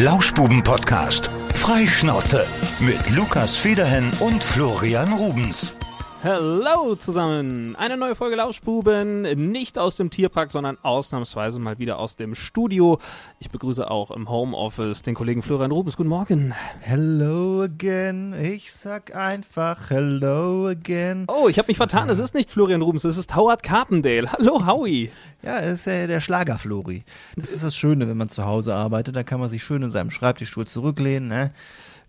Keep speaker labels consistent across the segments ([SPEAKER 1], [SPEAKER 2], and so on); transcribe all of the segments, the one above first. [SPEAKER 1] Lauschbuben-Podcast. Freischnauze mit Lukas Federhen und Florian Rubens.
[SPEAKER 2] Hello zusammen! Eine neue Folge Lauschbuben, nicht aus dem Tierpark, sondern ausnahmsweise mal wieder aus dem Studio. Ich begrüße auch im Homeoffice den Kollegen Florian Rubens. Guten Morgen.
[SPEAKER 3] Hello again, ich sag einfach hello again.
[SPEAKER 2] Oh, ich habe mich vertan. Es ist nicht Florian Rubens, es ist Howard Carpendale. Hallo, Howie.
[SPEAKER 3] Ja, ist ja der Schlagerflori. Das ist das Schöne, wenn man zu Hause arbeitet, da kann man sich schön in seinem Schreibtischstuhl zurücklehnen, ne?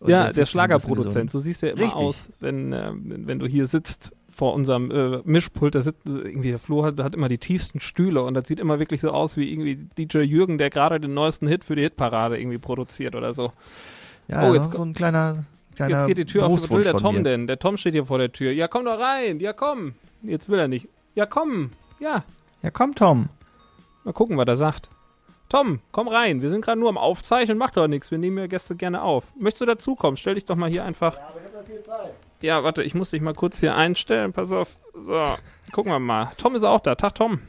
[SPEAKER 3] Und
[SPEAKER 2] ja,
[SPEAKER 3] fühlt
[SPEAKER 2] der
[SPEAKER 3] sich ein bisschen
[SPEAKER 2] Schlagerproduzent.
[SPEAKER 3] gesund.
[SPEAKER 2] So siehst du ja immer
[SPEAKER 3] Richtig.
[SPEAKER 2] aus, wenn, äh, wenn du hier sitzt vor unserem äh, Mischpult. Da sitzt äh, irgendwie der Flo hat, hat immer die tiefsten Stühle und das sieht immer wirklich so aus wie irgendwie DJ Jürgen, der gerade den neuesten Hit für die Hitparade irgendwie produziert oder so.
[SPEAKER 3] Ja,
[SPEAKER 2] Oh, jetzt
[SPEAKER 3] so ein kleiner, kleiner
[SPEAKER 2] Jetzt geht die Tür auf. Was will
[SPEAKER 3] Berufswunsch
[SPEAKER 2] der
[SPEAKER 3] von
[SPEAKER 2] Tom
[SPEAKER 3] mir.
[SPEAKER 2] denn? Der Tom steht hier vor der Tür. Ja, komm doch rein. Ja, komm. Jetzt will er nicht. Ja, komm. Ja.
[SPEAKER 3] Ja, komm, Tom.
[SPEAKER 2] Mal gucken, was er sagt. Tom, komm rein. Wir sind gerade nur am Aufzeichnen. Mach doch nichts. Wir nehmen ja Gäste gerne auf. Möchtest du dazukommen? Stell dich doch mal hier einfach. Ja, aber ich hab viel Zeit. Ja, warte. Ich muss dich mal kurz hier einstellen. Pass auf. So. Gucken wir mal. Tom ist auch da. Tag, Tom.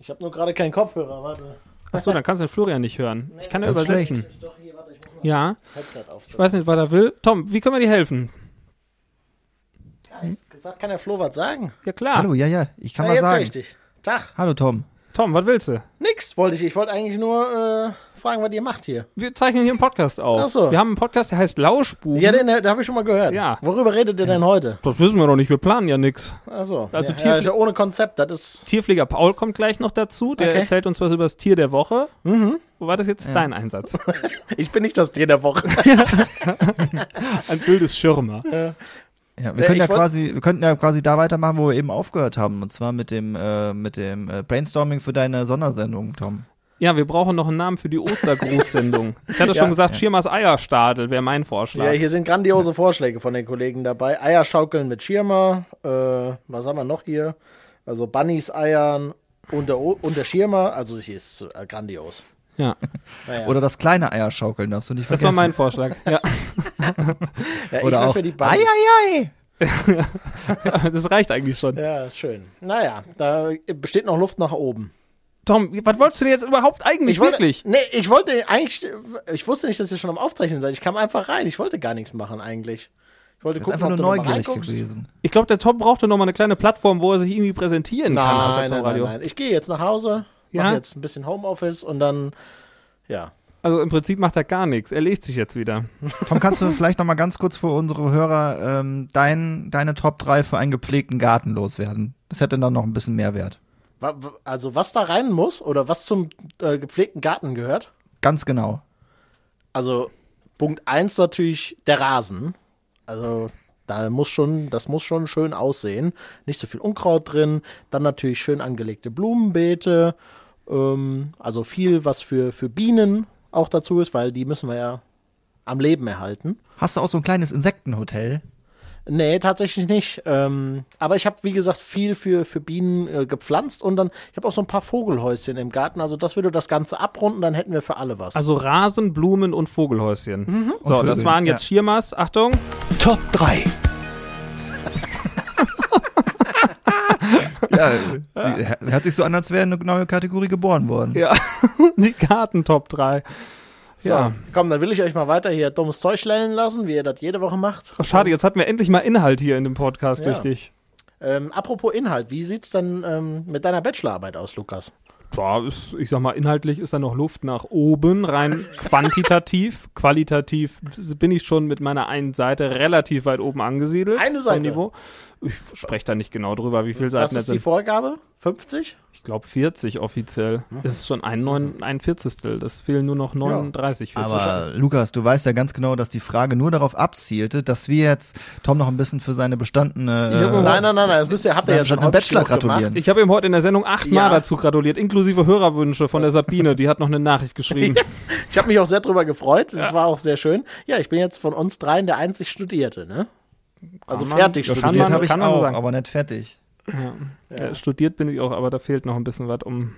[SPEAKER 4] Ich habe nur gerade keinen Kopfhörer, warte.
[SPEAKER 2] Achso, dann kannst du den Florian nicht hören. Ich kann ja
[SPEAKER 3] Das ist
[SPEAKER 2] übersetzen.
[SPEAKER 4] Doch, hier, warte, ich muss mal
[SPEAKER 2] Ja.
[SPEAKER 4] Headset
[SPEAKER 2] Ich
[SPEAKER 4] aufsetzen.
[SPEAKER 2] weiß nicht, was er will. Tom, wie können wir dir helfen?
[SPEAKER 4] Ja, ich gesagt, kann der Flo was sagen?
[SPEAKER 2] Ja, klar.
[SPEAKER 3] Hallo, ja, ja, ich kann
[SPEAKER 4] ja,
[SPEAKER 3] mal
[SPEAKER 4] jetzt höre
[SPEAKER 3] sagen.
[SPEAKER 4] ich dich. Tag.
[SPEAKER 3] Hallo, Tom.
[SPEAKER 2] Tom, was willst du?
[SPEAKER 4] Nix wollte ich. Ich wollte eigentlich nur äh, fragen, was ihr macht hier.
[SPEAKER 2] Wir zeichnen hier einen Podcast auf.
[SPEAKER 4] Ach so.
[SPEAKER 2] Wir haben einen Podcast, der heißt Lauschbuben.
[SPEAKER 4] Ja, den, äh, den habe ich schon mal gehört.
[SPEAKER 2] Ja.
[SPEAKER 4] Worüber redet ihr denn heute?
[SPEAKER 2] das wissen wir doch nicht, wir planen ja nichts.
[SPEAKER 4] Also,
[SPEAKER 2] Also
[SPEAKER 4] ja,
[SPEAKER 2] Tier-
[SPEAKER 4] ja, ist ja ohne Konzept, das ist.
[SPEAKER 2] Tierpfleger Paul kommt gleich noch dazu, der
[SPEAKER 4] Okay.
[SPEAKER 2] erzählt uns was über das Tier der Woche. Mhm. War das jetzt dein Einsatz?
[SPEAKER 4] Ich bin nicht das Tier der Woche.
[SPEAKER 2] Ein wildes Schirmer.
[SPEAKER 3] Ja, wir,
[SPEAKER 4] Äh,
[SPEAKER 3] können
[SPEAKER 4] ich
[SPEAKER 3] ja
[SPEAKER 4] wollt-
[SPEAKER 3] quasi, wir könnten ja quasi da weitermachen, wo wir eben aufgehört haben. Und zwar mit dem, äh, mit dem äh, Brainstorming für deine Sondersendung, Tom.
[SPEAKER 2] Ja, wir brauchen noch einen Namen für die Ostergrußsendung. Ich hatte
[SPEAKER 4] Ja.
[SPEAKER 2] schon gesagt, Schirmers Eierstadel wäre mein Vorschlag.
[SPEAKER 4] ja, hier sind grandiose Vorschläge von den Kollegen dabei. Eierschaukeln mit Schirmer, äh, was haben wir noch hier? Also Bunnies Eiern unter, O- unter Schirmer. Also hier ist äh, grandios.
[SPEAKER 2] Ja,
[SPEAKER 4] Naja.
[SPEAKER 3] Oder das kleine Eierschaukeln darfst du nicht
[SPEAKER 2] das
[SPEAKER 3] vergessen.
[SPEAKER 2] war mein Vorschlag. Ja,
[SPEAKER 4] ja, ich
[SPEAKER 3] Oder
[SPEAKER 4] will
[SPEAKER 3] auch,
[SPEAKER 4] für die Bunnies.
[SPEAKER 3] ei, ei, ei.
[SPEAKER 2] das reicht eigentlich schon.
[SPEAKER 4] Ja, ist schön. Naja, da besteht noch Luft nach oben.
[SPEAKER 2] Tom, was wolltest du denn jetzt überhaupt eigentlich
[SPEAKER 4] wollte,
[SPEAKER 2] wirklich?
[SPEAKER 4] Nee, ich wollte eigentlich, ich wusste nicht, dass ihr schon am Aufzeichnen seid. Ich kam einfach rein. Ich wollte gar nichts machen eigentlich. Ich wollte
[SPEAKER 3] Das ist
[SPEAKER 4] gucken,
[SPEAKER 3] einfach nur
[SPEAKER 4] ob du noch mal
[SPEAKER 3] neugierig
[SPEAKER 4] reinguckst.
[SPEAKER 3] gewesen.
[SPEAKER 2] Ich glaube, der Tom brauchte noch mal eine kleine Plattform, wo er sich irgendwie präsentieren kann.
[SPEAKER 4] Nein,
[SPEAKER 2] außerhalb vom
[SPEAKER 4] nein, nein,
[SPEAKER 2] Radio.
[SPEAKER 4] nein. Ich gehe jetzt nach Hause,
[SPEAKER 2] Ja?
[SPEAKER 4] mache jetzt ein bisschen Homeoffice und dann, ja.
[SPEAKER 2] Also im Prinzip macht er gar nichts. Er legt sich jetzt wieder.
[SPEAKER 3] Tom, kannst du vielleicht noch mal ganz kurz für unsere Hörer ähm, dein, deine Top 3 für einen gepflegten Garten loswerden? Das hätte dann noch ein bisschen mehr Wert.
[SPEAKER 4] Wa- wa- Also was da rein muss oder was zum äh, gepflegten Garten gehört.
[SPEAKER 3] Ganz genau.
[SPEAKER 4] Also Punkt 1 natürlich der Rasen. Also da muss schon, das muss schon schön aussehen. Nicht so viel Unkraut drin. Dann natürlich schön angelegte Blumenbeete. Ähm, also viel, was für, für Bienen auch dazu ist, weil die müssen wir ja am Leben erhalten.
[SPEAKER 3] Hast du auch so ein kleines Insektenhotel?
[SPEAKER 4] Nee, tatsächlich nicht. Ähm, aber ich habe, wie gesagt, viel für, für Bienen äh, gepflanzt und dann, ich habe auch so ein paar Vogelhäuschen im Garten. Also das würde das Ganze abrunden, dann hätten wir für alle was.
[SPEAKER 2] Also Rasen, Blumen und Vogelhäuschen.
[SPEAKER 4] Mhm.
[SPEAKER 2] So,
[SPEAKER 3] Und
[SPEAKER 2] das
[SPEAKER 3] Vögel,
[SPEAKER 2] waren jetzt Schirmers. Achtung.
[SPEAKER 1] Top 3.
[SPEAKER 3] Ja, sie, hört sich so an, als wäre eine neue Kategorie geboren worden.
[SPEAKER 2] Ja. Die Kartentop 3.
[SPEAKER 4] So,
[SPEAKER 2] Ja.
[SPEAKER 4] komm, dann will ich euch mal weiter hier dummes Zeug lernen lassen, wie ihr das jede Woche macht.
[SPEAKER 2] Oh, schade, jetzt hatten wir endlich mal Inhalt hier in dem Podcast
[SPEAKER 4] Ja.
[SPEAKER 2] durch dich.
[SPEAKER 4] Ähm, apropos Inhalt, wie sieht's denn ähm, mit deiner Bachelorarbeit aus, Lukas?
[SPEAKER 2] Boah, ist, ich sag mal, inhaltlich ist da noch Luft nach oben, rein quantitativ. Qualitativ bin ich schon mit meiner einen Seite relativ weit oben angesiedelt.
[SPEAKER 4] Eine
[SPEAKER 2] vom
[SPEAKER 4] Seite.
[SPEAKER 2] Niveau. Ich spreche da nicht genau drüber, wie viele
[SPEAKER 4] Was
[SPEAKER 2] Seiten das
[SPEAKER 4] ist die
[SPEAKER 2] sind.
[SPEAKER 4] Vorgabe? 50?
[SPEAKER 2] Ich glaube 40 offiziell.
[SPEAKER 4] Mhm.
[SPEAKER 2] Es ist schon ein, neun, ein Vierzigstel. Das fehlen nur noch 39. fürs
[SPEAKER 3] Aber Lukas, du weißt ja ganz genau, dass die Frage nur darauf abzielte, dass wir jetzt Tom noch ein bisschen für seine bestandene.
[SPEAKER 2] Ich hab
[SPEAKER 3] Äh,
[SPEAKER 2] überhaupt-
[SPEAKER 4] Nein, nein, nein, nein, das müsst ihr, habt ihr
[SPEAKER 3] seinem
[SPEAKER 4] ja schon
[SPEAKER 3] einen Bachelor
[SPEAKER 4] ausgesucht
[SPEAKER 3] gratulieren.
[SPEAKER 2] Ich habe ihm heute in der Sendung achtmal
[SPEAKER 4] Ja.
[SPEAKER 2] dazu gratuliert, inklusive Hörerwünsche von der Sabine. Die hat noch eine Nachricht geschrieben.
[SPEAKER 4] Gemacht. Ich habe mich auch sehr drüber gefreut, das war auch sehr schön. Ja, ich bin jetzt von uns dreien der einzig Studierte, ne? Also
[SPEAKER 2] man-
[SPEAKER 4] fertig
[SPEAKER 2] Ja,
[SPEAKER 4] studiert.
[SPEAKER 2] kann
[SPEAKER 3] studiert
[SPEAKER 2] man-
[SPEAKER 3] habe ich
[SPEAKER 2] kann man so
[SPEAKER 3] auch,
[SPEAKER 2] sagen.
[SPEAKER 3] aber nicht fertig.
[SPEAKER 2] Äh, Ja, studiert bin ich auch, aber da fehlt noch ein bisschen was, um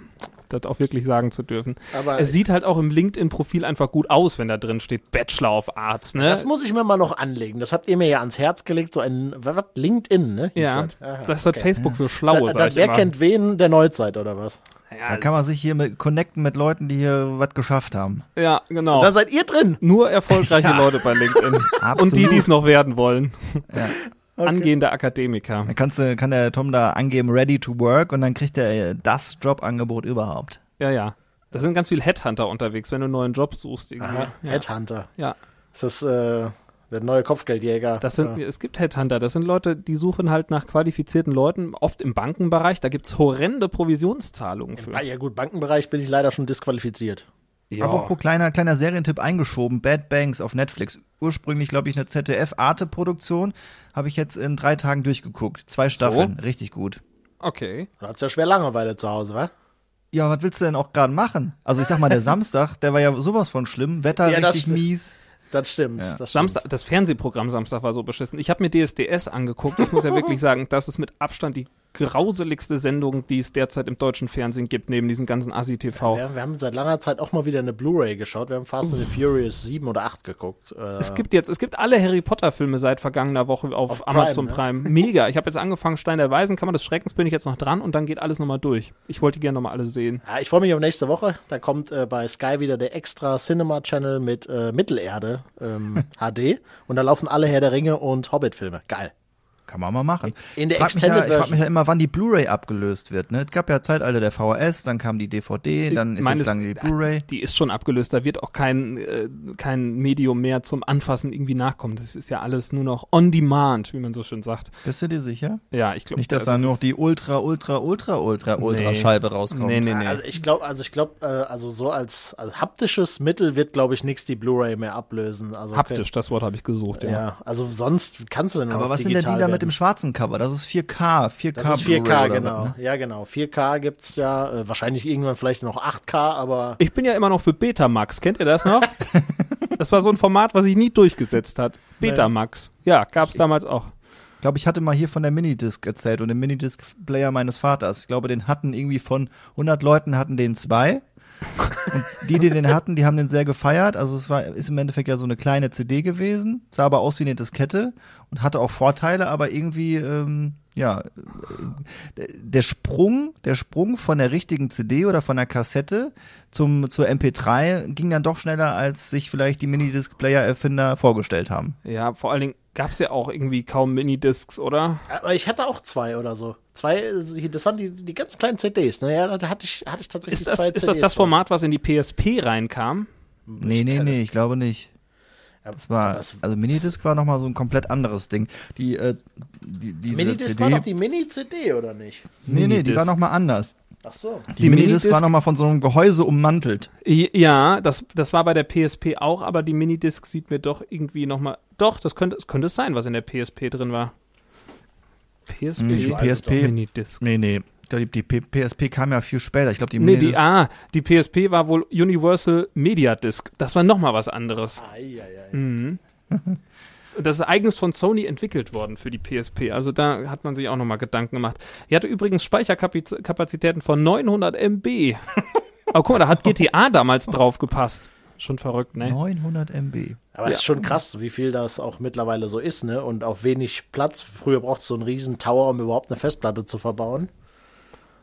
[SPEAKER 2] das auch wirklich sagen zu dürfen.
[SPEAKER 4] Aber-
[SPEAKER 2] es sieht halt auch im LinkedIn-Profil einfach gut aus, wenn da drin steht Bachelor of Arts, ne?
[SPEAKER 4] Das muss ich mir mal noch anlegen. Das habt ihr mir ja ans Herz gelegt, so ein was, LinkedIn, ne? hieß
[SPEAKER 2] ja,
[SPEAKER 4] das. Aha,
[SPEAKER 2] das ist das
[SPEAKER 4] okay.
[SPEAKER 2] Facebook für Schlaue,
[SPEAKER 4] Da- da-
[SPEAKER 2] sag ich
[SPEAKER 4] Wer
[SPEAKER 2] immer.
[SPEAKER 4] kennt wen der Neuzeit oder was?
[SPEAKER 2] ja,
[SPEAKER 3] Da kann man sich hier mit connecten mit Leuten, die hier was geschafft haben.
[SPEAKER 2] ja, genau.
[SPEAKER 4] Da seid ihr drin.
[SPEAKER 2] Nur erfolgreiche
[SPEAKER 3] Ja.
[SPEAKER 2] Leute bei LinkedIn.
[SPEAKER 3] Absolut.
[SPEAKER 2] Und die, die es noch werden wollen.
[SPEAKER 3] Ja.
[SPEAKER 2] Angehende Akademiker.
[SPEAKER 3] Dann kannst du, kann der Tom da angeben, ready to work, und dann kriegt er äh, das Jobangebot überhaupt.
[SPEAKER 2] Ja, ja. Da sind ganz viele Headhunter unterwegs, wenn du einen neuen Job suchst. Irgendwie.
[SPEAKER 4] Aha,
[SPEAKER 2] ja.
[SPEAKER 4] Headhunter.
[SPEAKER 2] ja,
[SPEAKER 4] Ist das äh, der neue Kopfgeldjäger?
[SPEAKER 2] das sind,
[SPEAKER 4] ja.
[SPEAKER 2] es gibt Headhunter. Das sind Leute, die suchen halt nach qualifizierten Leuten, oft im Bankenbereich. Da gibt's horrende Provisionszahlungen für.
[SPEAKER 4] Ah, ja gut, Bankenbereich bin ich leider schon disqualifiziert.
[SPEAKER 2] Ja.
[SPEAKER 3] Apropos kleiner, kleiner Serientipp eingeschoben, Bad Banks auf Netflix. Ursprünglich, glaube ich, eine ZDF-Arte-Produktion. Habe ich jetzt in drei Tagen durchgeguckt. Zwei Staffeln, richtig gut.
[SPEAKER 2] Okay.
[SPEAKER 4] Du hattest ja schwer Langeweile zu Hause, wa?
[SPEAKER 3] Ja, was willst du denn auch gerade machen? Also ich sag mal, der Samstag, der war ja sowas von schlimm. Wetter
[SPEAKER 4] Ja, das
[SPEAKER 3] richtig
[SPEAKER 4] sti-
[SPEAKER 3] mies.
[SPEAKER 4] Das stimmt.
[SPEAKER 3] Ja.
[SPEAKER 4] Das stimmt.
[SPEAKER 2] Samstag, das Fernsehprogramm Samstag war so beschissen. Ich habe mir DSDS angeguckt. Ich muss ja wirklich sagen, das ist mit Abstand die grauseligste Sendung, die es derzeit im deutschen Fernsehen gibt, neben diesem ganzen ASI-TV.
[SPEAKER 4] Ja, wir haben seit langer Zeit auch mal wieder eine Blu-ray geschaut. Wir haben Fast and the Furious 7 oder 8 geguckt. Äh,
[SPEAKER 2] Es gibt jetzt, es gibt alle Harry Potter Filme seit vergangener Woche auf,
[SPEAKER 4] Auf Prime,
[SPEAKER 2] Amazon
[SPEAKER 4] ne?
[SPEAKER 2] Prime. Mega. Ich habe jetzt angefangen, Stein der Weisen, kann man des Schreckens bin ich jetzt noch dran und dann geht alles nochmal durch. Ich wollte die gerne nochmal alle sehen.
[SPEAKER 4] ja, ich freue mich auf nächste Woche. Da kommt äh, bei Sky wieder der extra Cinema Channel mit äh, Mittelerde ähm, HD. Und da laufen alle Herr der Ringe und Hobbit-Filme. Geil.
[SPEAKER 3] Kann man mal machen.
[SPEAKER 4] In der
[SPEAKER 3] frag mich ja,
[SPEAKER 4] Extended
[SPEAKER 3] ich frag
[SPEAKER 4] Version.
[SPEAKER 3] mich ja immer, wann die Blu-ray abgelöst wird. Ne? Es gab ja Zeitalter der VHS, dann kam die DVD, dann ist
[SPEAKER 2] Meines-
[SPEAKER 3] jetzt lange die Blu-ray.
[SPEAKER 2] Die ist schon abgelöst. Da wird auch kein, äh, kein Medium mehr zum Anfassen irgendwie nachkommen. Das ist ja alles nur noch on demand, wie man so schön sagt.
[SPEAKER 3] Bist du dir sicher?
[SPEAKER 2] Ja, ich also glaube.
[SPEAKER 3] Nicht, dass da nur noch die Ultra, Ultra, Ultra, Ultra, Ultra Scheibe rauskommt.
[SPEAKER 2] Nee, nee, nee.
[SPEAKER 4] Also ich glaube, also ich glaube, äh, also so als, als haptisches Mittel wird, glaube ich, nichts die Blu-ray mehr ablösen. Also,
[SPEAKER 2] Haptisch, das Wort habe ich gesucht.
[SPEAKER 4] Okay.
[SPEAKER 2] Ja.
[SPEAKER 4] Ja, also sonst kannst du denn
[SPEAKER 3] Aber
[SPEAKER 4] noch
[SPEAKER 3] was sind denn
[SPEAKER 4] digital
[SPEAKER 3] die da mit
[SPEAKER 4] werden.
[SPEAKER 3] dem schwarzen Cover? Das ist 4K, 4K
[SPEAKER 4] Das ist
[SPEAKER 3] Blu-ray
[SPEAKER 4] 4K,
[SPEAKER 3] oder
[SPEAKER 4] genau.
[SPEAKER 3] was, ne?
[SPEAKER 4] Ja, genau. 4K gibt's ja. Äh, wahrscheinlich irgendwann vielleicht noch 8K, aber
[SPEAKER 2] Ich bin ja immer noch für Betamax. Kennt ihr das noch? das war so ein Format, was sich nie durchgesetzt hat. Betamax. Ja, gab es damals auch.
[SPEAKER 3] Ich glaube, ich hatte mal hier von der Minidisc erzählt und dem Minidisc-Player meines Vaters. Ich glaube, den hatten irgendwie von 100 Leuten hatten den zwei. Und die, die den hatten, die haben den sehr gefeiert. Also es war, ist im Endeffekt ja so eine kleine CD gewesen, sah aber aus wie eine Diskette und hatte auch Vorteile, aber irgendwie, ähm, ja, äh, der Sprung, der Sprung von der richtigen CD oder von der Kassette zum, zur MP3 ging dann doch schneller, als sich vielleicht die Minidisc-Player-Erfinder vorgestellt haben.
[SPEAKER 2] Ja, vor allen Dingen gab es ja auch irgendwie kaum Minidiscs, oder?
[SPEAKER 4] aber ich hatte auch zwei oder so. Zwei, äh, das waren die, die ganz kleinen CDs. Ne? Ja, da hatte ich, hatte ich tatsächlich
[SPEAKER 2] Ist das,
[SPEAKER 4] zwei
[SPEAKER 2] ist das
[SPEAKER 4] CDs.
[SPEAKER 2] das
[SPEAKER 4] von.
[SPEAKER 2] Format, was in die PSP reinkam?
[SPEAKER 3] Nee, nee, nee, ich glaube nicht.
[SPEAKER 4] Ja,
[SPEAKER 3] Das war,
[SPEAKER 4] das-
[SPEAKER 3] also Minidisc war nochmal so ein komplett anderes Ding. Die, äh, die, diese
[SPEAKER 4] Minidisc
[SPEAKER 3] CD,
[SPEAKER 4] war doch die Mini-CD, oder nicht?
[SPEAKER 3] nee, nee, die
[SPEAKER 2] Minidisc.
[SPEAKER 3] war nochmal anders.
[SPEAKER 4] Ach so.
[SPEAKER 3] Die,
[SPEAKER 2] Die
[SPEAKER 3] Minidisc,
[SPEAKER 2] Minidisc-
[SPEAKER 3] war nochmal von so einem Gehäuse ummantelt.
[SPEAKER 2] I- Ja, das, das war bei der PSP auch, aber die Minidisc sieht mir doch irgendwie nochmal. Doch, das könnte, das könnte es sein, was in der PSP drin war. PSP?
[SPEAKER 3] Die
[SPEAKER 4] weiß es
[SPEAKER 3] PSP,
[SPEAKER 2] Minidisc.
[SPEAKER 3] nee, nee, Ich glaub, die, die P- PSP kam ja viel später. Ich glaube, die
[SPEAKER 2] Nee, die,
[SPEAKER 3] Minidisc,
[SPEAKER 2] ah, die PSP war wohl Universal Media Disc. Das war nochmal was anderes.
[SPEAKER 4] Eieiei.
[SPEAKER 2] Und Das ist eigens von Sony entwickelt worden für die PSP. Also da hat man sich auch nochmal Gedanken gemacht. Die hatte übrigens Speicherkapazitäten von 900 MB. Aber guck mal, da hat GTA damals draufgepasst. Schon verrückt, ne?
[SPEAKER 3] 900 MB.
[SPEAKER 4] Aber ist schon krass, wie viel das auch mittlerweile so ist, ne? Und auf wenig Platz. Früher brauchtest du so einen riesen Tower, um überhaupt eine Festplatte zu verbauen.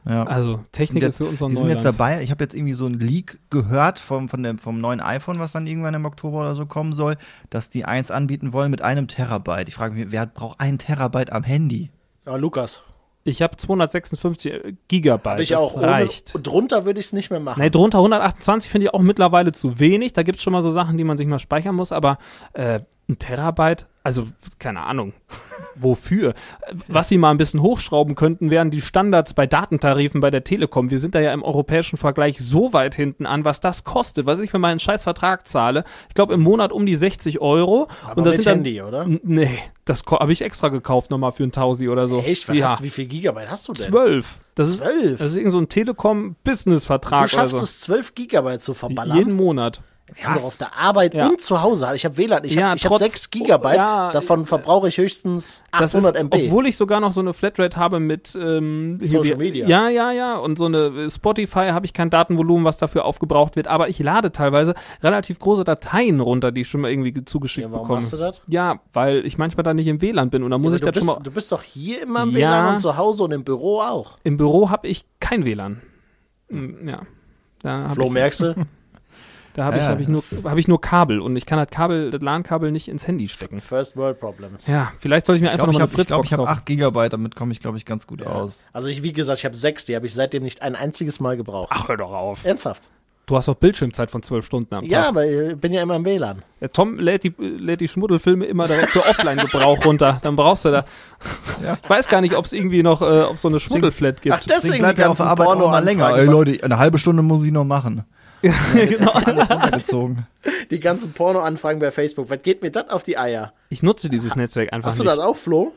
[SPEAKER 3] Ja.
[SPEAKER 2] Also
[SPEAKER 3] Und
[SPEAKER 2] Technik ist
[SPEAKER 3] jetzt,
[SPEAKER 2] für uns
[SPEAKER 3] die
[SPEAKER 2] noch
[SPEAKER 3] sind jetzt
[SPEAKER 2] Neuland.
[SPEAKER 3] dabei. Ich habe jetzt irgendwie so einen Leak gehört vom, von dem, vom neuen iPhone, was dann irgendwann im Oktober oder so kommen soll, dass die eins anbieten wollen mit einem Terabyte. Ich frage mich, wer braucht ein Terabyte am Handy?
[SPEAKER 4] Ja, Lukas.
[SPEAKER 2] Ich habe 256 Gigabyte.
[SPEAKER 4] Hab ich
[SPEAKER 2] das
[SPEAKER 4] auch. Ohne-
[SPEAKER 2] reicht.
[SPEAKER 4] Und drunter würde ich es nicht mehr machen.
[SPEAKER 2] Nee, drunter 128 finde ich auch mittlerweile zu wenig. Da gibt es schon mal so Sachen, die man sich mal speichern muss, aber äh, ein Terabyte, also keine Ahnung, wofür. Äh, Was sie mal ein bisschen hochschrauben könnten, wären die Standards bei Datentarifen bei der Telekom. Wir sind da ja im europäischen Vergleich so weit hinten an, was das kostet, was ich für meinen scheiß Vertrag zahle. Ich glaube im Monat um die 60 Euro.
[SPEAKER 4] Aber
[SPEAKER 2] Und das
[SPEAKER 4] mit
[SPEAKER 2] sind dann,
[SPEAKER 4] Handy, oder?
[SPEAKER 2] N- Nee, das habe ich extra gekauft nochmal für einen Tausi oder so.
[SPEAKER 4] Echt? Was
[SPEAKER 2] Ja,
[SPEAKER 4] hast, wie viel Gigabyte hast du denn?
[SPEAKER 2] zwölf. Das ist,
[SPEAKER 4] Zwölf?
[SPEAKER 2] das ist irgend so ein Telekom-Business-Vertrag
[SPEAKER 4] Du schaffst
[SPEAKER 2] oder so.
[SPEAKER 4] es, 12 Gigabyte zu verballern.
[SPEAKER 2] Jeden Monat.
[SPEAKER 4] Also auf der Arbeit
[SPEAKER 2] Ja.
[SPEAKER 4] und zu Hause. Ich habe WLAN. Ich
[SPEAKER 2] Ja,
[SPEAKER 4] habe hab
[SPEAKER 2] trotz-
[SPEAKER 4] 6 Gigabyte.
[SPEAKER 2] oh, ja,
[SPEAKER 4] davon verbrauche ich höchstens 800
[SPEAKER 2] ist,
[SPEAKER 4] MB.
[SPEAKER 2] Obwohl ich sogar noch so eine Flatrate habe mit ähm, hier
[SPEAKER 4] Social
[SPEAKER 2] die-
[SPEAKER 4] Media.
[SPEAKER 2] Ja, ja, ja. Und so eine äh, Spotify habe ich kein Datenvolumen, was dafür aufgebraucht wird. Aber ich lade teilweise relativ große Dateien runter, die ich schon mal irgendwie ge- zugeschickt
[SPEAKER 4] ja, warum
[SPEAKER 2] bekomme.
[SPEAKER 4] machst du das? Also
[SPEAKER 2] Ja, weil ich manchmal da nicht im WLAN bin und dann muss ich
[SPEAKER 4] du,
[SPEAKER 2] das schon
[SPEAKER 4] bist,
[SPEAKER 2] mal.
[SPEAKER 4] du bist doch hier immer im
[SPEAKER 2] Ja.
[SPEAKER 4] WLAN und zu Hause und im Büro auch.
[SPEAKER 2] Im Büro habe ich kein WLAN. Hm, Ja. Da habe
[SPEAKER 4] Flo,
[SPEAKER 2] ich,
[SPEAKER 4] merkst du?
[SPEAKER 2] da hab ich,
[SPEAKER 3] Ja,
[SPEAKER 2] hab ich, nur-
[SPEAKER 3] das-
[SPEAKER 2] hab ich nur Kabel und ich kann das Kabel, das LAN-Kabel nicht ins Handy stecken.
[SPEAKER 4] First World Problems.
[SPEAKER 2] Ja, vielleicht sollte ich mir
[SPEAKER 3] Ich
[SPEAKER 2] einfach
[SPEAKER 3] glaube, ich
[SPEAKER 2] nochmal eine
[SPEAKER 3] habe
[SPEAKER 2] Fritzbox
[SPEAKER 3] glaub, ich hab
[SPEAKER 2] kaufen.
[SPEAKER 3] 8 Gigabyte, damit komme ich, glaube ich, ganz gut aus.
[SPEAKER 4] Also ich, wie gesagt, ich habe sechs, die habe ich seitdem nicht ein einziges Mal gebraucht.
[SPEAKER 2] Ach, hör doch auf.
[SPEAKER 4] Ernsthaft?
[SPEAKER 2] Du hast doch Bildschirmzeit von zwölf Stunden am Tag.
[SPEAKER 4] Ja, aber ich bin ja immer im WLAN.
[SPEAKER 2] Ja, Tom lädt die, lädt die Schmuddelfilme immer direkt für Offline-Gebrauch runter. Dann brauchst du da.
[SPEAKER 3] Ja.
[SPEAKER 2] Ich weiß gar nicht, ob es irgendwie noch, äh, ob es so eine Schmuddelflat gibt.
[SPEAKER 4] Ach, deswegen
[SPEAKER 3] Bleibt
[SPEAKER 4] die
[SPEAKER 3] ja auf der
[SPEAKER 4] ganzen
[SPEAKER 3] Arbeit auch mal länger. Ey,
[SPEAKER 4] Porno-Anfragen bei,
[SPEAKER 3] Leute, eine halbe Stunde muss ich noch machen.
[SPEAKER 2] genau.
[SPEAKER 3] Runtergezogen.
[SPEAKER 4] die ganzen Porno-Anfragen bei Facebook. Was geht mir das auf die Eier?
[SPEAKER 2] Ich nutze dieses Netzwerk einfach
[SPEAKER 4] Hast du
[SPEAKER 2] nicht.
[SPEAKER 4] das auch, Flo?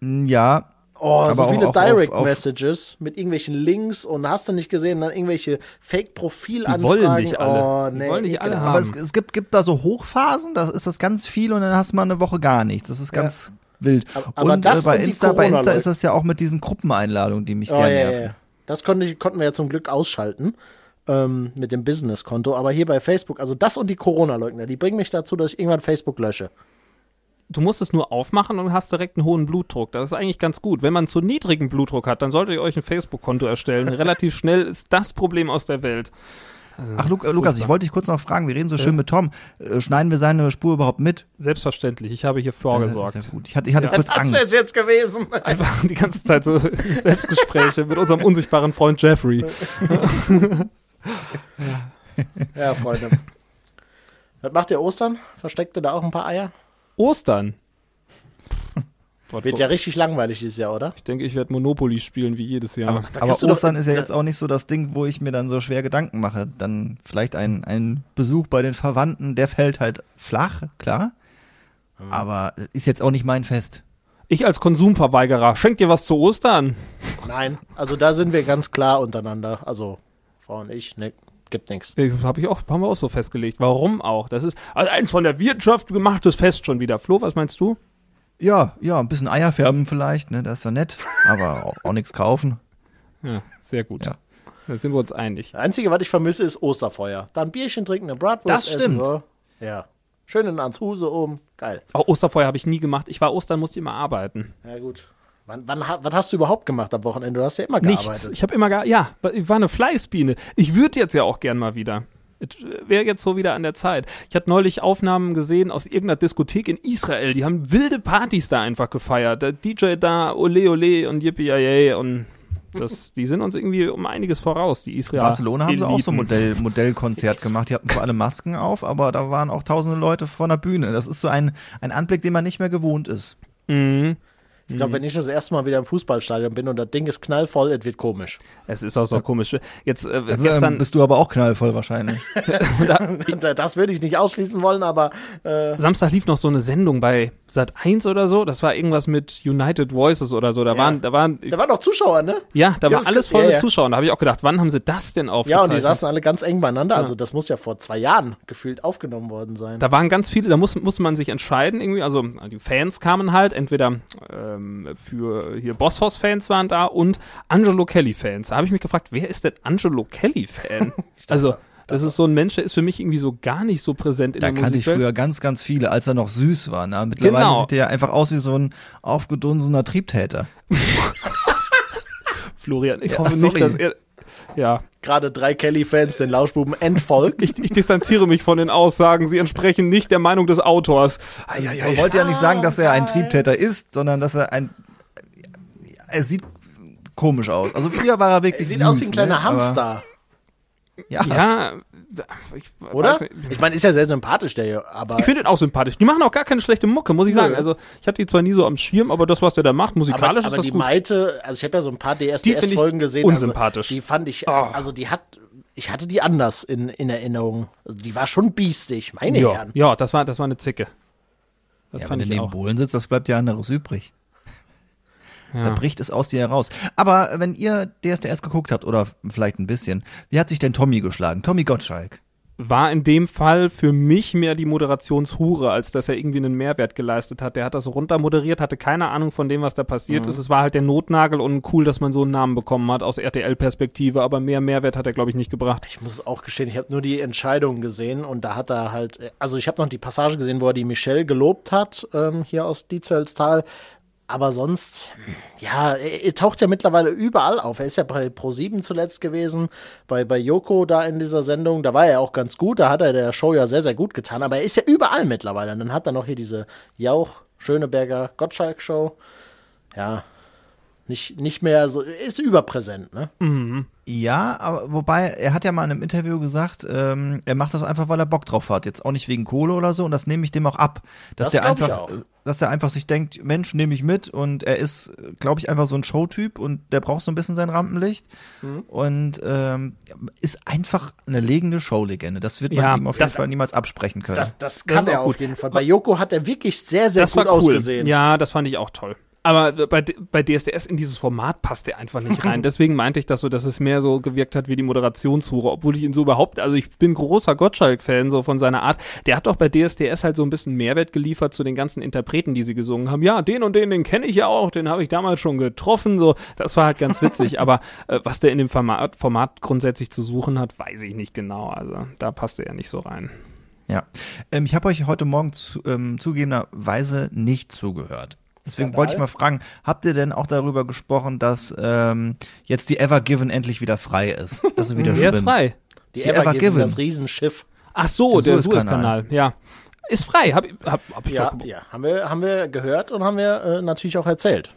[SPEAKER 3] Mm, ja.
[SPEAKER 4] Oh,
[SPEAKER 3] Aber
[SPEAKER 4] so
[SPEAKER 3] auch-
[SPEAKER 4] viele
[SPEAKER 3] auch auf-
[SPEAKER 4] Direct
[SPEAKER 3] auf-
[SPEAKER 4] Messages mit irgendwelchen Links und hast du nicht gesehen, dann irgendwelche Fake-Profilanfragen.
[SPEAKER 2] Die wollen nicht alle.
[SPEAKER 4] Oh, nee,
[SPEAKER 2] Die wollen nicht alle
[SPEAKER 4] ekelhaft.
[SPEAKER 2] haben.
[SPEAKER 3] Aber es, es gibt, gibt da so Hochphasen, da ist das ganz viel und dann hast du mal eine Woche gar nichts. Das ist ganz wild.
[SPEAKER 4] Aber- aber
[SPEAKER 3] und
[SPEAKER 4] das
[SPEAKER 3] äh, bei,
[SPEAKER 4] und die
[SPEAKER 3] Insta, bei Insta
[SPEAKER 4] Corona-Leute.
[SPEAKER 3] ist das ja auch mit diesen Gruppeneinladungen, die mich
[SPEAKER 4] Oh,
[SPEAKER 3] sehr
[SPEAKER 4] ja, ja,
[SPEAKER 3] nerven.
[SPEAKER 4] ja. Das konnte ich, konnten wir ja zum Glück ausschalten ähm, mit dem Business-Konto. Aber hier bei Facebook, also das und die Corona-Leugner, die bringen mich dazu, dass ich irgendwann Facebook lösche.
[SPEAKER 2] Du musst es nur aufmachen und hast direkt einen hohen Blutdruck. Das ist eigentlich ganz gut. Wenn man zu niedrigen Blutdruck hat, dann solltet ihr euch ein Facebook-Konto erstellen. Relativ schnell ist das Problem aus der Welt.
[SPEAKER 3] Ach, Lu äh, Lukas, ich wollte dich kurz noch fragen, wir reden so schön mit Tom. Äh, schneiden wir seine Spur überhaupt mit?
[SPEAKER 2] Selbstverständlich. Ich habe hier
[SPEAKER 3] Das ist ja- das
[SPEAKER 2] vorgesorgt.
[SPEAKER 3] ist ja gut. Ich hatte, ich hatte kurz
[SPEAKER 4] Das wäre es
[SPEAKER 3] Angst.
[SPEAKER 4] jetzt gewesen.
[SPEAKER 2] Einfach die ganze Zeit so Selbstgespräche mit unserem unsichtbaren Freund Jeffrey.
[SPEAKER 4] ja, Freunde. Was macht ihr Ostern? Versteckt ihr da auch ein paar Eier?
[SPEAKER 2] Ostern. Gott,
[SPEAKER 4] Wird ja richtig langweilig dieses Jahr, oder?
[SPEAKER 2] Ich denke, ich werde Monopoly spielen wie jedes Jahr.
[SPEAKER 3] Aber,
[SPEAKER 4] Da
[SPEAKER 3] aber
[SPEAKER 4] kannst du doch-
[SPEAKER 3] Ostern ist ja
[SPEAKER 4] da-
[SPEAKER 3] jetzt auch nicht so das Ding, wo ich mir dann so schwer Gedanken mache. Dann vielleicht ein, ein Besuch bei den Verwandten, der fällt halt flach, klar. Aber ist jetzt auch nicht mein Fest.
[SPEAKER 2] Ich als Konsumverweigerer, schenkt dir was zu Ostern?
[SPEAKER 4] Nein. Also da sind wir ganz klar untereinander. Also, Frau und ich, ne, gibt nichts.
[SPEAKER 2] Äh, Hab ich auch, haben wir auch so festgelegt. Warum auch? Das ist also eins von der Wirtschaft gemachtes Fest schon wieder. Flo, was meinst du?
[SPEAKER 3] Ja, ja, ein bisschen Eier färben vielleicht, ne, das ist ja nett. Aber auch, auch nichts kaufen.
[SPEAKER 2] Ja, sehr gut.
[SPEAKER 3] Ja.
[SPEAKER 2] Da sind wir uns einig.
[SPEAKER 4] Das Einzige, was ich vermisse, ist Osterfeuer. Dann Bierchen trinken, eine Bratwurst
[SPEAKER 3] Das stimmt.
[SPEAKER 4] essen. Ja. ja. Schön in ans Huse oben. Geil.
[SPEAKER 2] Auch Osterfeuer habe ich nie gemacht. Ich war Ostern, musste immer arbeiten.
[SPEAKER 4] Ja, gut. Wann, wann, ha- was hast du überhaupt gemacht am Wochenende? Du hast ja immer
[SPEAKER 2] Nichts.
[SPEAKER 4] gearbeitet.
[SPEAKER 2] Ich habe immer, ge ja, ich war eine Fleißbiene. Ich würde jetzt ja auch gern mal wieder. Wäre jetzt so wieder an der Zeit. Ich hatte neulich Aufnahmen gesehen aus irgendeiner Diskothek in Israel. Die haben wilde Partys da einfach gefeiert. Der DJ da, ole ole und yippie yay und das, die sind uns irgendwie um einiges voraus, die
[SPEAKER 3] In
[SPEAKER 2] Israel.
[SPEAKER 3] Barcelona haben sie auch so ein
[SPEAKER 2] Eliten.
[SPEAKER 3] Modell, Modellkonzert gemacht. Die hatten zwar alle Masken auf, aber da waren auch tausende Leute vor der Bühne. Das ist so ein, ein Anblick, den man nicht mehr gewohnt ist.
[SPEAKER 2] Mhm.
[SPEAKER 4] Ich glaube, wenn ich das erste Mal wieder im Fußballstadion bin und das Ding ist knallvoll, es wird komisch.
[SPEAKER 2] Es ist auch so komisch. Jetzt äh,
[SPEAKER 3] Da
[SPEAKER 2] gestern,
[SPEAKER 3] Ähm, bist du aber auch knallvoll wahrscheinlich.
[SPEAKER 4] Das würde ich nicht ausschließen wollen, aber äh,
[SPEAKER 2] Samstag lief noch so eine Sendung bei Sat 1 oder so. Das war irgendwas mit United Voices oder so. Da
[SPEAKER 4] Ja.
[SPEAKER 2] waren, da waren,
[SPEAKER 4] da waren doch Zuschauer, ne?
[SPEAKER 2] Ja, da
[SPEAKER 4] Ja,
[SPEAKER 2] war
[SPEAKER 4] das
[SPEAKER 2] alles
[SPEAKER 4] kann-
[SPEAKER 2] voll
[SPEAKER 4] ja,
[SPEAKER 2] mit
[SPEAKER 4] ja.
[SPEAKER 2] Zuschauern. Da habe ich auch gedacht, wann haben sie das denn
[SPEAKER 4] Ja,
[SPEAKER 2] aufgezeichnet?
[SPEAKER 4] und die saßen alle ganz eng beieinander. Also das muss ja vor zwei Jahren gefühlt aufgenommen worden sein.
[SPEAKER 2] da waren ganz viele, da muss, muss man sich entscheiden irgendwie. Also die Fans kamen halt, entweder ähm, für hier Boss Hoss Fans waren da und Angelo Kelly Fans. Da habe ich mich gefragt, wer ist denn Angelo Kelly Fan? also das ist so ein Mensch, der ist für mich irgendwie so gar nicht so präsent in
[SPEAKER 3] Da
[SPEAKER 2] der
[SPEAKER 3] kannte ich
[SPEAKER 2] Musikwelt.
[SPEAKER 3] früher ganz, ganz viele, als er noch süß war. Ne? Mittlerweile
[SPEAKER 2] Genau.
[SPEAKER 3] sieht er ja einfach aus wie so ein aufgedunsener Triebtäter.
[SPEAKER 2] Florian, ich
[SPEAKER 3] Ja,
[SPEAKER 2] hoffe
[SPEAKER 3] sorry.
[SPEAKER 2] nicht, dass er. Ja,
[SPEAKER 4] Gerade drei Kelly-Fans den Lauschbuben entfolgt.
[SPEAKER 2] ich, ich distanziere mich von den Aussagen. Sie entsprechen nicht der Meinung des Autors. Eieiei.
[SPEAKER 3] Man wollte ja nicht sagen, dass er ein Triebtäter ist, sondern dass er ein. Er sieht komisch aus. Also früher war er wirklich
[SPEAKER 4] Sieht
[SPEAKER 3] süß,
[SPEAKER 4] aus wie ein kleiner
[SPEAKER 3] ne? Aber-
[SPEAKER 4] Hamster,
[SPEAKER 3] Ja,
[SPEAKER 2] Ja, ich
[SPEAKER 4] oder?
[SPEAKER 2] weiß nicht.
[SPEAKER 4] Ich meine, ist ja sehr sympathisch, der hier, aber,
[SPEAKER 2] Ich finde ihn auch sympathisch. Die machen auch gar keine schlechte Mucke, muss ich
[SPEAKER 4] Nö.
[SPEAKER 2] sagen. Also, ich hatte die zwar nie so am Schirm, aber das, was der da macht,
[SPEAKER 4] aber,
[SPEAKER 2] musikalisch
[SPEAKER 4] aber
[SPEAKER 2] ist das
[SPEAKER 4] die
[SPEAKER 2] gut.
[SPEAKER 4] Maite, also ich habe ja so ein paar
[SPEAKER 2] Die find ich
[SPEAKER 4] DSDS-Folgen gesehen. also
[SPEAKER 2] unsympathisch. Ah.
[SPEAKER 4] die fand ich, also die hat, ich hatte die anders in, in Erinnerung. Also die war schon biestig, meine
[SPEAKER 2] ja,
[SPEAKER 4] Herren.
[SPEAKER 2] ja das, war, das war eine Zicke. Das
[SPEAKER 3] ja wenn
[SPEAKER 2] fand
[SPEAKER 3] du
[SPEAKER 2] ich
[SPEAKER 3] neben
[SPEAKER 2] auch.
[SPEAKER 3] Bohlen sitzt, das bleibt ja anderes übrig. Da
[SPEAKER 2] Ja.
[SPEAKER 3] bricht es aus dir heraus. Aber wenn ihr DSDS geguckt habt, oder vielleicht ein bisschen, wie hat sich denn Tommy geschlagen? Tommy Gottschalk.
[SPEAKER 2] war in dem Fall für mich mehr die Moderationshure, als dass er irgendwie einen Mehrwert geleistet hat. Der hat das runtermoderiert, hatte keine Ahnung von dem, was da passiert
[SPEAKER 4] Mhm.
[SPEAKER 2] ist. Es war halt der Notnagel und cool, dass man so einen Namen bekommen hat aus RTL-Perspektive, aber mehr Mehrwert hat er, glaube ich, nicht gebracht.
[SPEAKER 4] Ich muss auch gestehen, ich habe nur die Entscheidung gesehen und da hat er halt, also ich habe noch die Passage gesehen, wo er die Michelle gelobt hat, ähm, hier aus Diezelstal. Aber sonst, ja, er, er taucht ja mittlerweile überall auf. Er ist ja bei Pro7 zuletzt gewesen, bei, bei Joko da in dieser Sendung. Da war er auch ganz gut, da hat er der Show ja sehr, sehr gut getan. Aber er ist ja überall mittlerweile. Und dann hat er noch hier diese Jauch-Schöneberger-Gottschalk-Show. Ja, nicht, nicht mehr so, ist überpräsent, ne?
[SPEAKER 3] Ja, aber wobei, er hat ja mal in einem Interview gesagt, ähm, er macht das einfach, weil er Bock drauf hat. Jetzt auch nicht wegen Kohle oder so. Und das nehme ich dem auch ab. Dass
[SPEAKER 4] Das
[SPEAKER 3] der
[SPEAKER 4] glaub ich
[SPEAKER 3] einfach,
[SPEAKER 4] auch.
[SPEAKER 3] äh, dass der einfach sich denkt, Mensch, nehme ich mit. Und er ist, glaube ich, einfach so ein Showtyp und der braucht so ein bisschen sein Rampenlicht.
[SPEAKER 4] Mhm.
[SPEAKER 3] Und ähm, ist einfach eine legende Showlegende. Das wird man
[SPEAKER 2] Ja,
[SPEAKER 3] ihm auf
[SPEAKER 2] das-
[SPEAKER 3] jeden Fall niemals absprechen können.
[SPEAKER 4] Das, das kann
[SPEAKER 2] ist
[SPEAKER 4] er
[SPEAKER 2] auch
[SPEAKER 4] auf
[SPEAKER 2] gut.
[SPEAKER 4] jeden Fall. Bei Joko hat er wirklich sehr, sehr gut ausgesehen.
[SPEAKER 2] Ja, das fand ich auch toll. Aber bei, D- bei DSDS in dieses Format passt er einfach nicht rein. Deswegen meinte ich das so, dass es mehr so gewirkt hat wie die Moderationshure, obwohl ich ihn so überhaupt, also ich bin großer Gottschalk-Fan so von seiner Art. Der hat doch bei DSDS halt so ein bisschen Mehrwert geliefert zu den ganzen Interpreten, die sie gesungen haben. Ja, den und den, den kenne ich ja auch, den habe ich damals schon getroffen. So, das war halt ganz witzig. Aber äh, was der in dem Format, Format grundsätzlich zu suchen hat, weiß ich nicht genau. Also da passt er ja nicht so rein.
[SPEAKER 3] Ja. Ähm, ich habe euch heute Morgen zu, ähm, zugegebenerweise nicht zugehört. Deswegen
[SPEAKER 4] Skandal.
[SPEAKER 3] wollte ich mal fragen, habt ihr denn auch darüber gesprochen, dass ähm, jetzt die Ever Given endlich wieder frei ist? Dass sie wieder
[SPEAKER 2] Der
[SPEAKER 3] schwimmt?
[SPEAKER 2] ist frei.
[SPEAKER 4] Die
[SPEAKER 3] Die
[SPEAKER 4] Ever
[SPEAKER 3] Ever
[SPEAKER 4] Given,
[SPEAKER 3] Given.
[SPEAKER 4] das Riesenschiff.
[SPEAKER 2] Ach so,
[SPEAKER 3] Der
[SPEAKER 2] der
[SPEAKER 3] Suezkanal.
[SPEAKER 2] Suezkanal, ja. Ist frei, hab, hab, hab ich
[SPEAKER 4] Ja,
[SPEAKER 2] doch
[SPEAKER 4] ja. Haben, wir, haben wir gehört und haben wir äh, natürlich auch erzählt.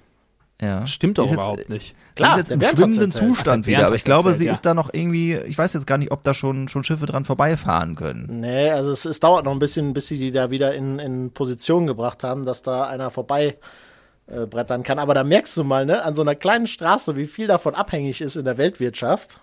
[SPEAKER 3] Ja.
[SPEAKER 2] Stimmt
[SPEAKER 3] Die
[SPEAKER 2] doch
[SPEAKER 3] ist
[SPEAKER 2] überhaupt
[SPEAKER 3] jetzt,
[SPEAKER 2] nicht.
[SPEAKER 4] Klar,
[SPEAKER 3] Klar, ist jetzt
[SPEAKER 4] der
[SPEAKER 3] im
[SPEAKER 4] Bernd hat's
[SPEAKER 3] schwimmenden
[SPEAKER 4] erzählt.
[SPEAKER 3] Zustand
[SPEAKER 2] Ach, der
[SPEAKER 3] wieder.
[SPEAKER 2] Bernd
[SPEAKER 3] Aber ich
[SPEAKER 2] hat's
[SPEAKER 3] glaube,
[SPEAKER 2] erzählt,
[SPEAKER 3] sie
[SPEAKER 2] ja.
[SPEAKER 3] ist da noch irgendwie, ich weiß jetzt gar nicht, ob da schon, schon Schiffe dran vorbeifahren können.
[SPEAKER 4] Nee, also es, es dauert noch ein bisschen, bis sie die da wieder in, in Position gebracht haben, dass da einer vorbei äh, brettern kann. Aber da merkst du mal, ne, an so einer kleinen Straße, wie viel davon abhängig ist in der Weltwirtschaft,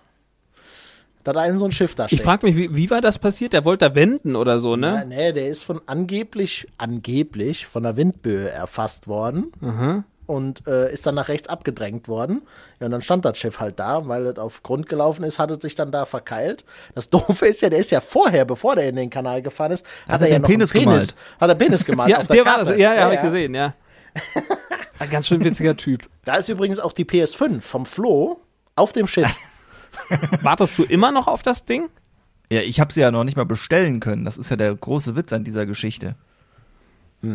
[SPEAKER 4] da da einem so ein Schiff da steht.
[SPEAKER 2] Ich frage mich, wie, wie war das passiert? Der wollte da wenden oder so,
[SPEAKER 4] Ja,
[SPEAKER 2] ne?
[SPEAKER 4] nee, der ist von angeblich, angeblich von der Windböe erfasst worden
[SPEAKER 2] Mhm.
[SPEAKER 4] und äh, ist dann nach rechts abgedrängt worden. Ja, und dann stand das Schiff halt da, weil es auf Grund gelaufen ist, hat es sich dann da verkeilt. Das Doofe ist ja, der ist ja vorher, bevor der in den Kanal gefahren ist, hat,
[SPEAKER 3] er
[SPEAKER 4] er ja
[SPEAKER 3] den
[SPEAKER 4] noch einen
[SPEAKER 3] Penis gemalt?
[SPEAKER 4] Hat er Penis gemalt.
[SPEAKER 2] Ja,
[SPEAKER 4] auf
[SPEAKER 2] der,
[SPEAKER 4] der
[SPEAKER 2] war
[SPEAKER 4] Karte.
[SPEAKER 2] das. Ja, ja, hab ich gesehen, ja. Ein ganz schön witziger Typ.
[SPEAKER 4] Da ist übrigens auch die PS5 vom Flo auf dem Schiff.
[SPEAKER 2] Wartest du immer noch auf das Ding?
[SPEAKER 3] Ja, ich habe sie ja noch nicht mal bestellen können. Das ist ja der große Witz an dieser Geschichte. Wir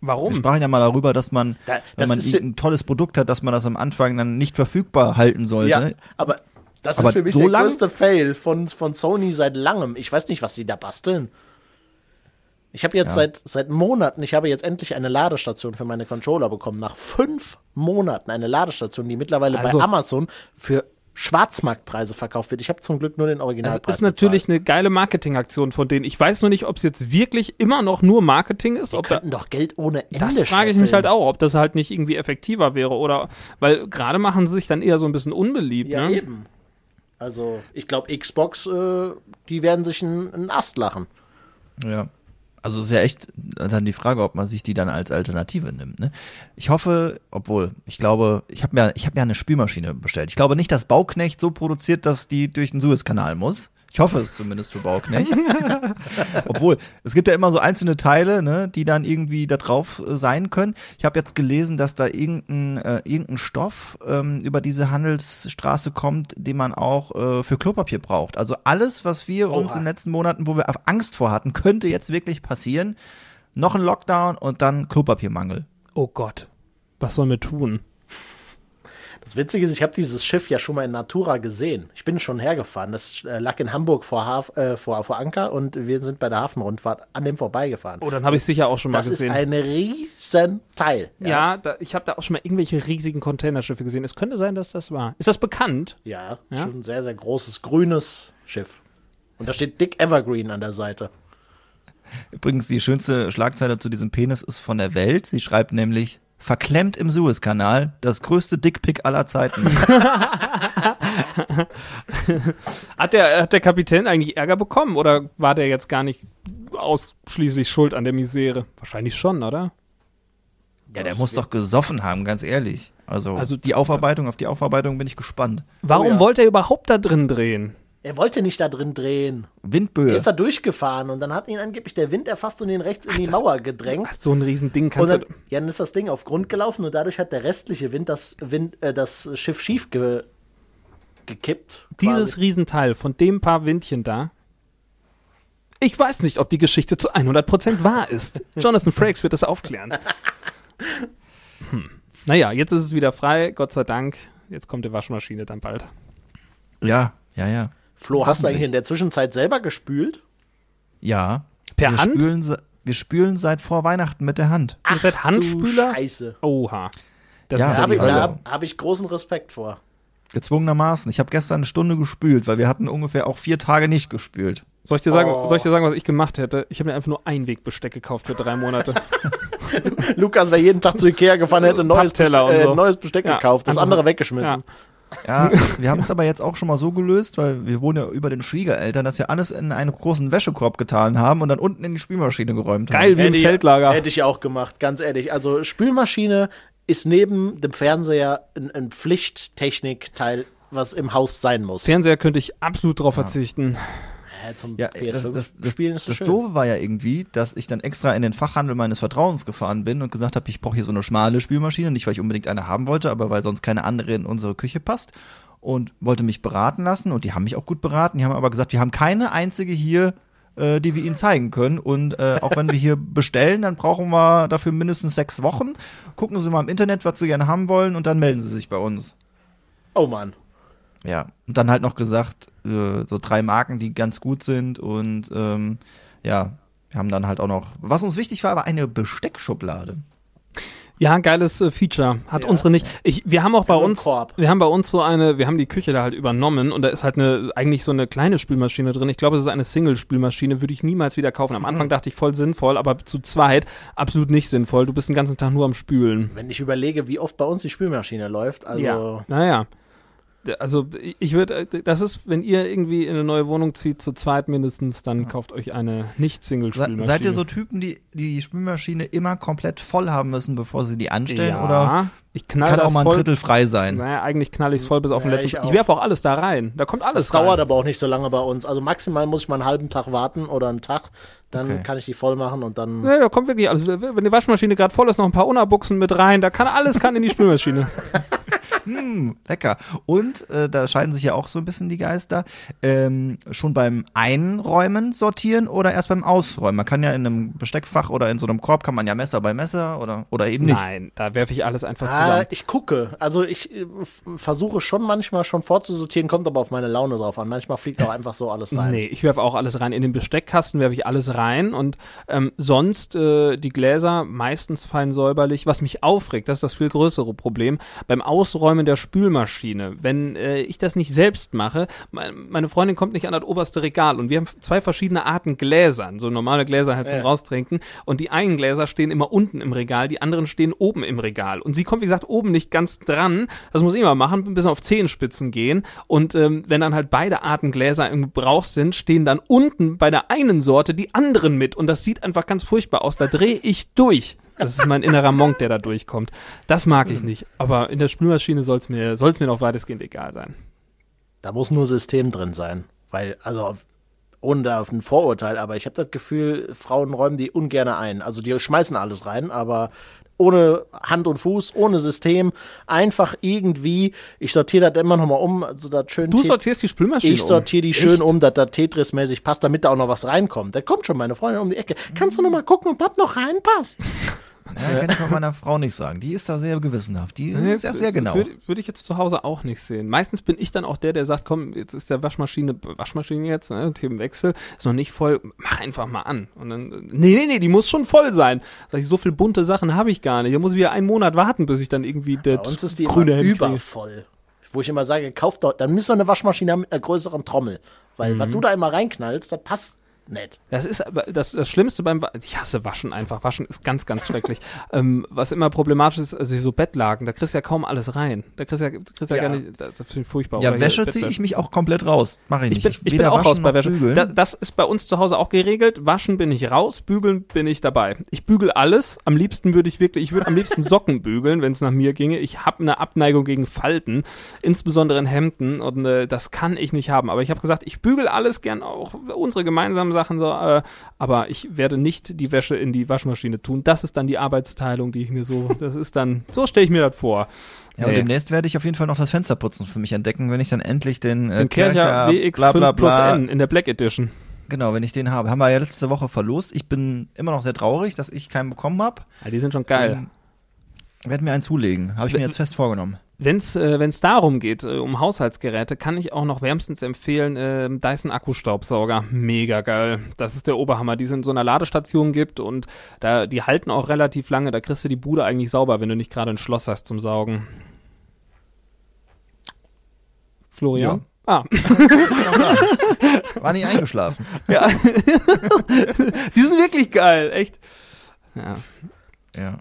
[SPEAKER 2] Warum?
[SPEAKER 3] sprachen ja mal darüber, dass man,
[SPEAKER 4] Da- das
[SPEAKER 3] wenn man
[SPEAKER 4] ist ja-
[SPEAKER 3] ein tolles Produkt hat, dass man das am Anfang dann nicht verfügbar halten
[SPEAKER 4] Ja,
[SPEAKER 3] sollte.
[SPEAKER 4] aber das
[SPEAKER 3] Aber
[SPEAKER 4] ist für mich
[SPEAKER 3] so
[SPEAKER 4] der
[SPEAKER 3] lang?
[SPEAKER 4] größte Fail von, von Sony seit langem. Ich weiß nicht, was sie da basteln. Ich habe jetzt seit, seit Monaten, ich habe jetzt endlich eine Ladestation für meine Controller bekommen. Nach fünf Monaten eine Ladestation, die mittlerweile
[SPEAKER 2] Also-
[SPEAKER 4] bei Amazon für Schwarzmarktpreise verkauft wird. Ich habe zum Glück nur den
[SPEAKER 2] Das
[SPEAKER 4] Originalpreis.
[SPEAKER 2] Also, ist natürlich halt eine geile Marketingaktion von denen. Ich weiß nur nicht, ob es jetzt wirklich immer noch nur Marketing ist, ob
[SPEAKER 4] bezahlt.
[SPEAKER 2] da,
[SPEAKER 4] könnten doch Geld ohne Ende
[SPEAKER 2] Das frage ich mich
[SPEAKER 4] scheffeln.
[SPEAKER 2] halt auch, ob das halt nicht irgendwie effektiver wäre oder weil gerade machen sie sich dann eher so ein bisschen unbeliebt,
[SPEAKER 4] Ja,
[SPEAKER 2] ne?
[SPEAKER 4] eben. Also, ich glaube, Xbox, äh, die werden sich einen einen Ast lachen.
[SPEAKER 3] Ja. Also ist ja echt dann die Frage, ob man sich die dann als Alternative nimmt. Ne? Ich hoffe, obwohl, ich glaube, ich habe mir, ich habe mir eine Spülmaschine bestellt. Ich glaube nicht, dass Bauknecht so produziert, dass die durch den Suezkanal muss. Ich hoffe es zumindest für Bauknecht. Obwohl, es gibt ja immer so einzelne Teile, ne, die dann irgendwie da drauf äh, sein können. Ich habe jetzt gelesen, dass da irgendein, äh, irgendein Stoff ähm, über diese Handelsstraße kommt, den man auch äh, für Klopapier braucht. Also alles, was wir uns in den letzten Monaten, wo wir auf Angst vor hatten, könnte jetzt wirklich passieren. Noch ein Lockdown und dann Klopapiermangel.
[SPEAKER 2] Oh Gott. Was sollen wir tun?
[SPEAKER 4] Das Witzige ist, ich habe dieses Schiff ja schon mal in Natura gesehen. Ich bin schon hergefahren. Das äh, lag in Hamburg vor, Haf äh, vor, vor Anker und wir sind bei der Hafenrundfahrt an dem vorbeigefahren.
[SPEAKER 2] Oh, dann habe ich sicher auch schon mal
[SPEAKER 4] das ist
[SPEAKER 2] gesehen.
[SPEAKER 4] ein riesen Teil.
[SPEAKER 2] Ja, da, ich habe da auch schon mal irgendwelche riesigen Containerschiffe gesehen. Es könnte sein, dass das war. Ist das bekannt?
[SPEAKER 4] ja.
[SPEAKER 2] Ja?
[SPEAKER 4] schon ein sehr, sehr großes grünes Schiff. Und da steht Dick Evergreen an der Seite.
[SPEAKER 3] Übrigens, die schönste Schlagzeile zu diesem Penis ist von der Welt. Sie schreibt nämlich, verklemmt im Suezkanal, das größte Dickpick aller Zeiten.
[SPEAKER 2] Hat der, hat der Kapitän eigentlich Ärger bekommen oder war der jetzt gar nicht ausschließlich schuld an der Misere? Wahrscheinlich schon, oder?
[SPEAKER 4] Oh
[SPEAKER 3] Ja, der muss doch gesoffen haben, ganz ehrlich. Also,
[SPEAKER 2] Also-
[SPEAKER 3] die Aufarbeitung, auf die Aufarbeitung bin ich gespannt.
[SPEAKER 2] Warum
[SPEAKER 4] ja.
[SPEAKER 2] wollte er überhaupt da drin drehen?
[SPEAKER 4] Er wollte nicht da drin drehen. Er
[SPEAKER 3] Windböe.
[SPEAKER 4] ist da durchgefahren und dann hat ihn angeblich der Wind erfasst und ihn rechts in die Mauer gedrängt.
[SPEAKER 2] Ach, so ein Riesending
[SPEAKER 4] Und
[SPEAKER 2] kannst
[SPEAKER 4] dann,
[SPEAKER 2] du.
[SPEAKER 4] ja, dann ist das Ding auf Grund gelaufen und dadurch hat der restliche Wind das, Wind, äh, das Schiff schief ge gekippt.
[SPEAKER 2] Dieses
[SPEAKER 4] quasi.
[SPEAKER 2] Riesenteil von dem paar Windchen da. Ich weiß nicht, ob die Geschichte zu 100% wahr ist. Jonathan Frakes wird das aufklären. Hm. Naja, jetzt ist es wieder frei, Gott sei Dank. Jetzt kommt die Waschmaschine dann bald.
[SPEAKER 3] Ja, ja, ja.
[SPEAKER 4] Flo, hast du eigentlich
[SPEAKER 3] Hoffentlich.
[SPEAKER 4] in der Zwischenzeit selber gespült?
[SPEAKER 3] Ja.
[SPEAKER 2] Per
[SPEAKER 3] wir
[SPEAKER 2] Hand?
[SPEAKER 3] Spülen, se- wir spülen seit vor Weihnachten mit der Hand.
[SPEAKER 2] Ihr seid Handspüler?
[SPEAKER 4] Du Scheiße.
[SPEAKER 2] Oha. Das
[SPEAKER 3] Ja,
[SPEAKER 2] ist
[SPEAKER 4] Da
[SPEAKER 2] ja
[SPEAKER 4] habe ich,
[SPEAKER 2] die
[SPEAKER 3] also-
[SPEAKER 4] da
[SPEAKER 2] Hölle.
[SPEAKER 4] hab- hab ich großen Respekt vor.
[SPEAKER 3] Gezwungenermaßen. Ich habe gestern eine Stunde gespült, weil wir hatten ungefähr auch vier Tage nicht gespült.
[SPEAKER 2] soll ich dir sagen,
[SPEAKER 4] Oh.
[SPEAKER 2] soll ich dir sagen, was ich gemacht hätte? Ich habe mir einfach nur Einwegbesteck gekauft für drei Monate.
[SPEAKER 4] Lukas wäre jeden Tag zu Ikea gefahren, hätte ein neues,
[SPEAKER 2] Pappteller
[SPEAKER 4] Beste-
[SPEAKER 2] und
[SPEAKER 4] äh,
[SPEAKER 2] so.
[SPEAKER 4] neues Besteck
[SPEAKER 2] Ja,
[SPEAKER 4] gekauft, das
[SPEAKER 2] einfach-
[SPEAKER 4] andere weggeschmissen.
[SPEAKER 3] Ja, wir haben es aber jetzt auch schon mal so gelöst, weil wir wohnen ja über den Schwiegereltern, dass wir alles in einen großen Wäschekorb getan haben und dann unten in die Spülmaschine geräumt haben.
[SPEAKER 2] Geil wie im
[SPEAKER 4] Hätte ich-
[SPEAKER 2] Zeltlager.
[SPEAKER 4] Hätte ich auch gemacht, ganz ehrlich. Also Spülmaschine ist neben dem Fernseher ein, ein Pflichttechnikteil, was im Haus sein muss.
[SPEAKER 2] Fernseher könnte ich absolut drauf verzichten.
[SPEAKER 4] Äh, zum
[SPEAKER 3] Ja, das,
[SPEAKER 4] PS5
[SPEAKER 3] das, das,
[SPEAKER 4] spielen ist so
[SPEAKER 3] das
[SPEAKER 4] schön.
[SPEAKER 3] Doofe war ja irgendwie, dass ich dann extra in den Fachhandel meines Vertrauens gefahren bin und gesagt habe, ich brauche hier so eine schmale Spülmaschine, nicht weil ich unbedingt eine haben wollte, aber weil sonst keine andere in unsere Küche passt und wollte mich beraten lassen und die haben mich auch gut beraten, die haben aber gesagt, wir haben keine einzige hier, äh, die wir ihnen zeigen können und äh, auch wenn wir hier bestellen, dann brauchen wir dafür mindestens sechs Wochen, gucken Sie mal im Internet, was Sie gerne haben wollen und dann melden Sie sich bei uns.
[SPEAKER 4] Oh Mann.
[SPEAKER 3] Ja, und dann halt noch gesagt, äh, so drei Marken, die ganz gut sind und ähm, ja, wir haben dann halt auch noch, was uns wichtig war, war eine Besteckschublade.
[SPEAKER 2] Ja, geiles äh, Feature. Hat
[SPEAKER 4] Ja.
[SPEAKER 2] unsere nicht. Ich, wir haben auch bei
[SPEAKER 4] haben einen
[SPEAKER 2] uns,
[SPEAKER 4] Korb.
[SPEAKER 2] wir haben bei uns so eine, wir haben die Küche da halt übernommen und da ist halt eine, eigentlich so eine kleine Spülmaschine drin. Ich glaube, es ist eine Single-Spülmaschine, würde ich niemals wieder kaufen.
[SPEAKER 4] Mhm.
[SPEAKER 2] Am Anfang dachte ich voll sinnvoll, aber zu zweit absolut nicht sinnvoll. Du bist den ganzen Tag nur am Spülen.
[SPEAKER 4] Wenn ich überlege, wie oft bei uns die Spülmaschine läuft, also
[SPEAKER 2] ja. Naja. D- Also ich- ich würde, das ist, wenn ihr irgendwie in eine neue Wohnung zieht, zu zweit mindestens, dann kauft euch eine
[SPEAKER 3] Se,
[SPEAKER 2] Nicht-Single-Spülmaschine.
[SPEAKER 3] seid ihr so Typen, die die Spülmaschine immer komplett voll haben müssen, bevor sie die anstellen?
[SPEAKER 2] ja,
[SPEAKER 3] Oder
[SPEAKER 2] ich knall
[SPEAKER 3] kann
[SPEAKER 2] das
[SPEAKER 3] auch mal ein
[SPEAKER 2] voll,
[SPEAKER 3] Drittel frei sein?
[SPEAKER 2] Naja, eigentlich knall ich es voll bis auf den
[SPEAKER 4] Hm. Ja,
[SPEAKER 2] letzten.
[SPEAKER 4] ich
[SPEAKER 2] Ich,
[SPEAKER 4] auch.
[SPEAKER 2] werfe auch alles da rein. Da kommt alles
[SPEAKER 4] das dauert
[SPEAKER 2] rein.
[SPEAKER 4] aber auch nicht so lange bei uns. Also maximal muss ich mal einen halben Tag warten oder einen Tag, dann
[SPEAKER 3] Okay.
[SPEAKER 4] kann ich die voll machen und dann
[SPEAKER 2] Nee, da kommt wirklich alles. Wenn die Waschmaschine gerade voll ist, noch ein paar Unabuchsen mit rein. Da kann alles kann in die Spülmaschine.
[SPEAKER 3] Hm, lecker. Und äh, da scheiden sich ja auch so ein bisschen die Geister. Ähm, schon beim Einräumen sortieren oder erst beim Ausräumen? Man kann ja in einem Besteckfach oder in so einem Korb kann man ja Messer bei Messer oder, oder eben nicht.
[SPEAKER 2] Nein, da werfe ich alles einfach
[SPEAKER 4] Ah,
[SPEAKER 2] zusammen.
[SPEAKER 4] ich gucke. Also ich äh, f- versuche schon manchmal schon vorzusortieren, kommt aber auf meine Laune drauf an. Manchmal fliegt auch einfach so alles rein.
[SPEAKER 2] Nee, ich werfe auch alles rein. In den Besteckkasten werfe ich alles rein und ähm, sonst äh, die Gläser meistens fein säuberlich. Was mich aufregt, das ist das viel größere Problem, beim Ausräumen der Spülmaschine. Wenn äh, ich das nicht selbst mache, mein, meine Freundin kommt nicht an das oberste Regal und wir haben zwei verschiedene Arten Gläsern, so normale Gläser halt zum
[SPEAKER 4] Ja.
[SPEAKER 2] Raustrinken und die einen Gläser stehen immer unten im Regal, die anderen stehen oben im Regal und sie kommt, wie gesagt, oben nicht ganz dran. Das muss ich immer machen, ein bisschen auf Zehenspitzen gehen und ähm, wenn dann halt beide Arten Gläser im Gebrauch sind, stehen dann unten bei der einen Sorte die anderen mit und das sieht einfach ganz furchtbar aus. Da drehe ich durch. Das ist mein innerer Monk, der da durchkommt. Das mag
[SPEAKER 4] Hm.
[SPEAKER 2] ich nicht. Aber in der Spülmaschine soll es mir, soll's mir noch weitestgehend egal sein.
[SPEAKER 4] Da muss nur System drin sein. Weil, also auf, ohne da auf ein Vorurteil, aber ich habe das Gefühl, Frauen räumen die ungern ein. Also die schmeißen alles rein, aber ohne Hand und Fuß, ohne System, einfach irgendwie, ich sortiere das immer nochmal um, also das schön
[SPEAKER 2] Du
[SPEAKER 4] Te-
[SPEAKER 2] sortierst die Spülmaschine
[SPEAKER 4] ich
[SPEAKER 2] um.
[SPEAKER 4] sortiere die schön um, dass da Tetris-mäßig passt, damit da auch noch was reinkommt. Da kommt schon meine Freundin um die Ecke. Kannst du noch mal gucken, ob das noch reinpasst?
[SPEAKER 3] Ja, kann ich von meiner Frau nicht sagen. Die ist da sehr gewissenhaft. Die
[SPEAKER 2] Nee,
[SPEAKER 3] ist da sehr genau.
[SPEAKER 2] Würde würde Äh, ich jetzt zu Hause auch nicht sehen. Meistens bin ich dann auch der, der sagt, komm, jetzt ist der Waschmaschine, Waschmaschine jetzt, ne, Themenwechsel, ist noch nicht voll, mach einfach mal an. Und dann, nee, nee, nee, die muss schon voll sein. Sag ich, so viel bunte Sachen habe ich gar nicht. Da muss ich wieder einen Monat warten, bis ich dann irgendwie der
[SPEAKER 4] Bei uns ist die
[SPEAKER 2] grüne
[SPEAKER 4] immer
[SPEAKER 2] Hemd kriege.
[SPEAKER 4] übervoll. Wo ich
[SPEAKER 3] Mhm.
[SPEAKER 4] immer sage, kauf doch, dann müssen wir eine Waschmaschine haben mit einer größeren Trommel. Weil, was du da immer reinknallst, das passt nett.
[SPEAKER 2] Das ist aber das, das Schlimmste beim Wa Ich hasse Waschen einfach. Waschen ist ganz, ganz schrecklich. ähm, was immer problematisch ist, also so Bettlaken, da kriegst du ja kaum alles rein. Da kriegst du ja, kriegst ja.
[SPEAKER 4] Ja.
[SPEAKER 2] gar nicht. Das ist furchtbar.
[SPEAKER 3] Ja,
[SPEAKER 2] Oder hier
[SPEAKER 3] Wäsche ziehe
[SPEAKER 2] Bettwäsche.
[SPEAKER 3] ich mich auch komplett raus. Mache ich
[SPEAKER 2] Oh Ich
[SPEAKER 3] nicht.
[SPEAKER 2] bin, ich bin
[SPEAKER 3] weder
[SPEAKER 2] auch
[SPEAKER 3] waschen
[SPEAKER 2] raus bei
[SPEAKER 3] noch
[SPEAKER 2] Wäsche.
[SPEAKER 3] bügeln.
[SPEAKER 2] Da, das ist bei uns zu Hause auch geregelt. Waschen bin ich raus, bügeln bin ich dabei. Ich bügel alles. Am liebsten würde ich wirklich, ich würde am liebsten Socken bügeln, wenn es nach mir ginge. Ich habe eine Abneigung gegen Falten, insbesondere in Hemden und äh, das kann ich nicht haben. Aber ich habe gesagt, ich bügel alles gern auch unsere gemeinsamen Sachen so, äh, aber ich werde nicht die Wäsche in die Waschmaschine tun. Das ist dann die Arbeitsteilung, die ich mir so, das ist dann, so stelle ich mir das vor.
[SPEAKER 3] Ja, und
[SPEAKER 2] Nee.
[SPEAKER 3] demnächst werde ich auf jeden Fall noch das Fensterputzen für mich entdecken, wenn ich dann endlich den, äh,
[SPEAKER 2] Den Kircher WX5
[SPEAKER 3] bla, bla,
[SPEAKER 2] Plus
[SPEAKER 3] bla,
[SPEAKER 2] N in der Black Edition.
[SPEAKER 3] Genau, wenn ich den habe. Haben wir ja letzte Woche verlost. Ich bin immer noch sehr traurig, dass ich keinen bekommen habe.
[SPEAKER 2] Ja, Ah, die sind schon geil.
[SPEAKER 3] Hm. Werde mir einen zulegen. Habe ich mir
[SPEAKER 2] Wenn-
[SPEAKER 3] jetzt fest vorgenommen.
[SPEAKER 2] Wenn's äh, wenn's darum geht, äh, um Haushaltsgeräte, kann ich auch noch wärmstens empfehlen, äh, Dyson Akkustaubsauger. Mega geil. Das ist der Oberhammer, die es in so einer Ladestation gibt und da, die halten auch relativ lange. Da kriegst du die Bude eigentlich sauber, wenn du nicht gerade ein Schloss hast zum Saugen. Florian? Ah,
[SPEAKER 3] War nicht eingeschlafen.
[SPEAKER 2] ja. die sind wirklich geil, echt. Ja.
[SPEAKER 3] Ja.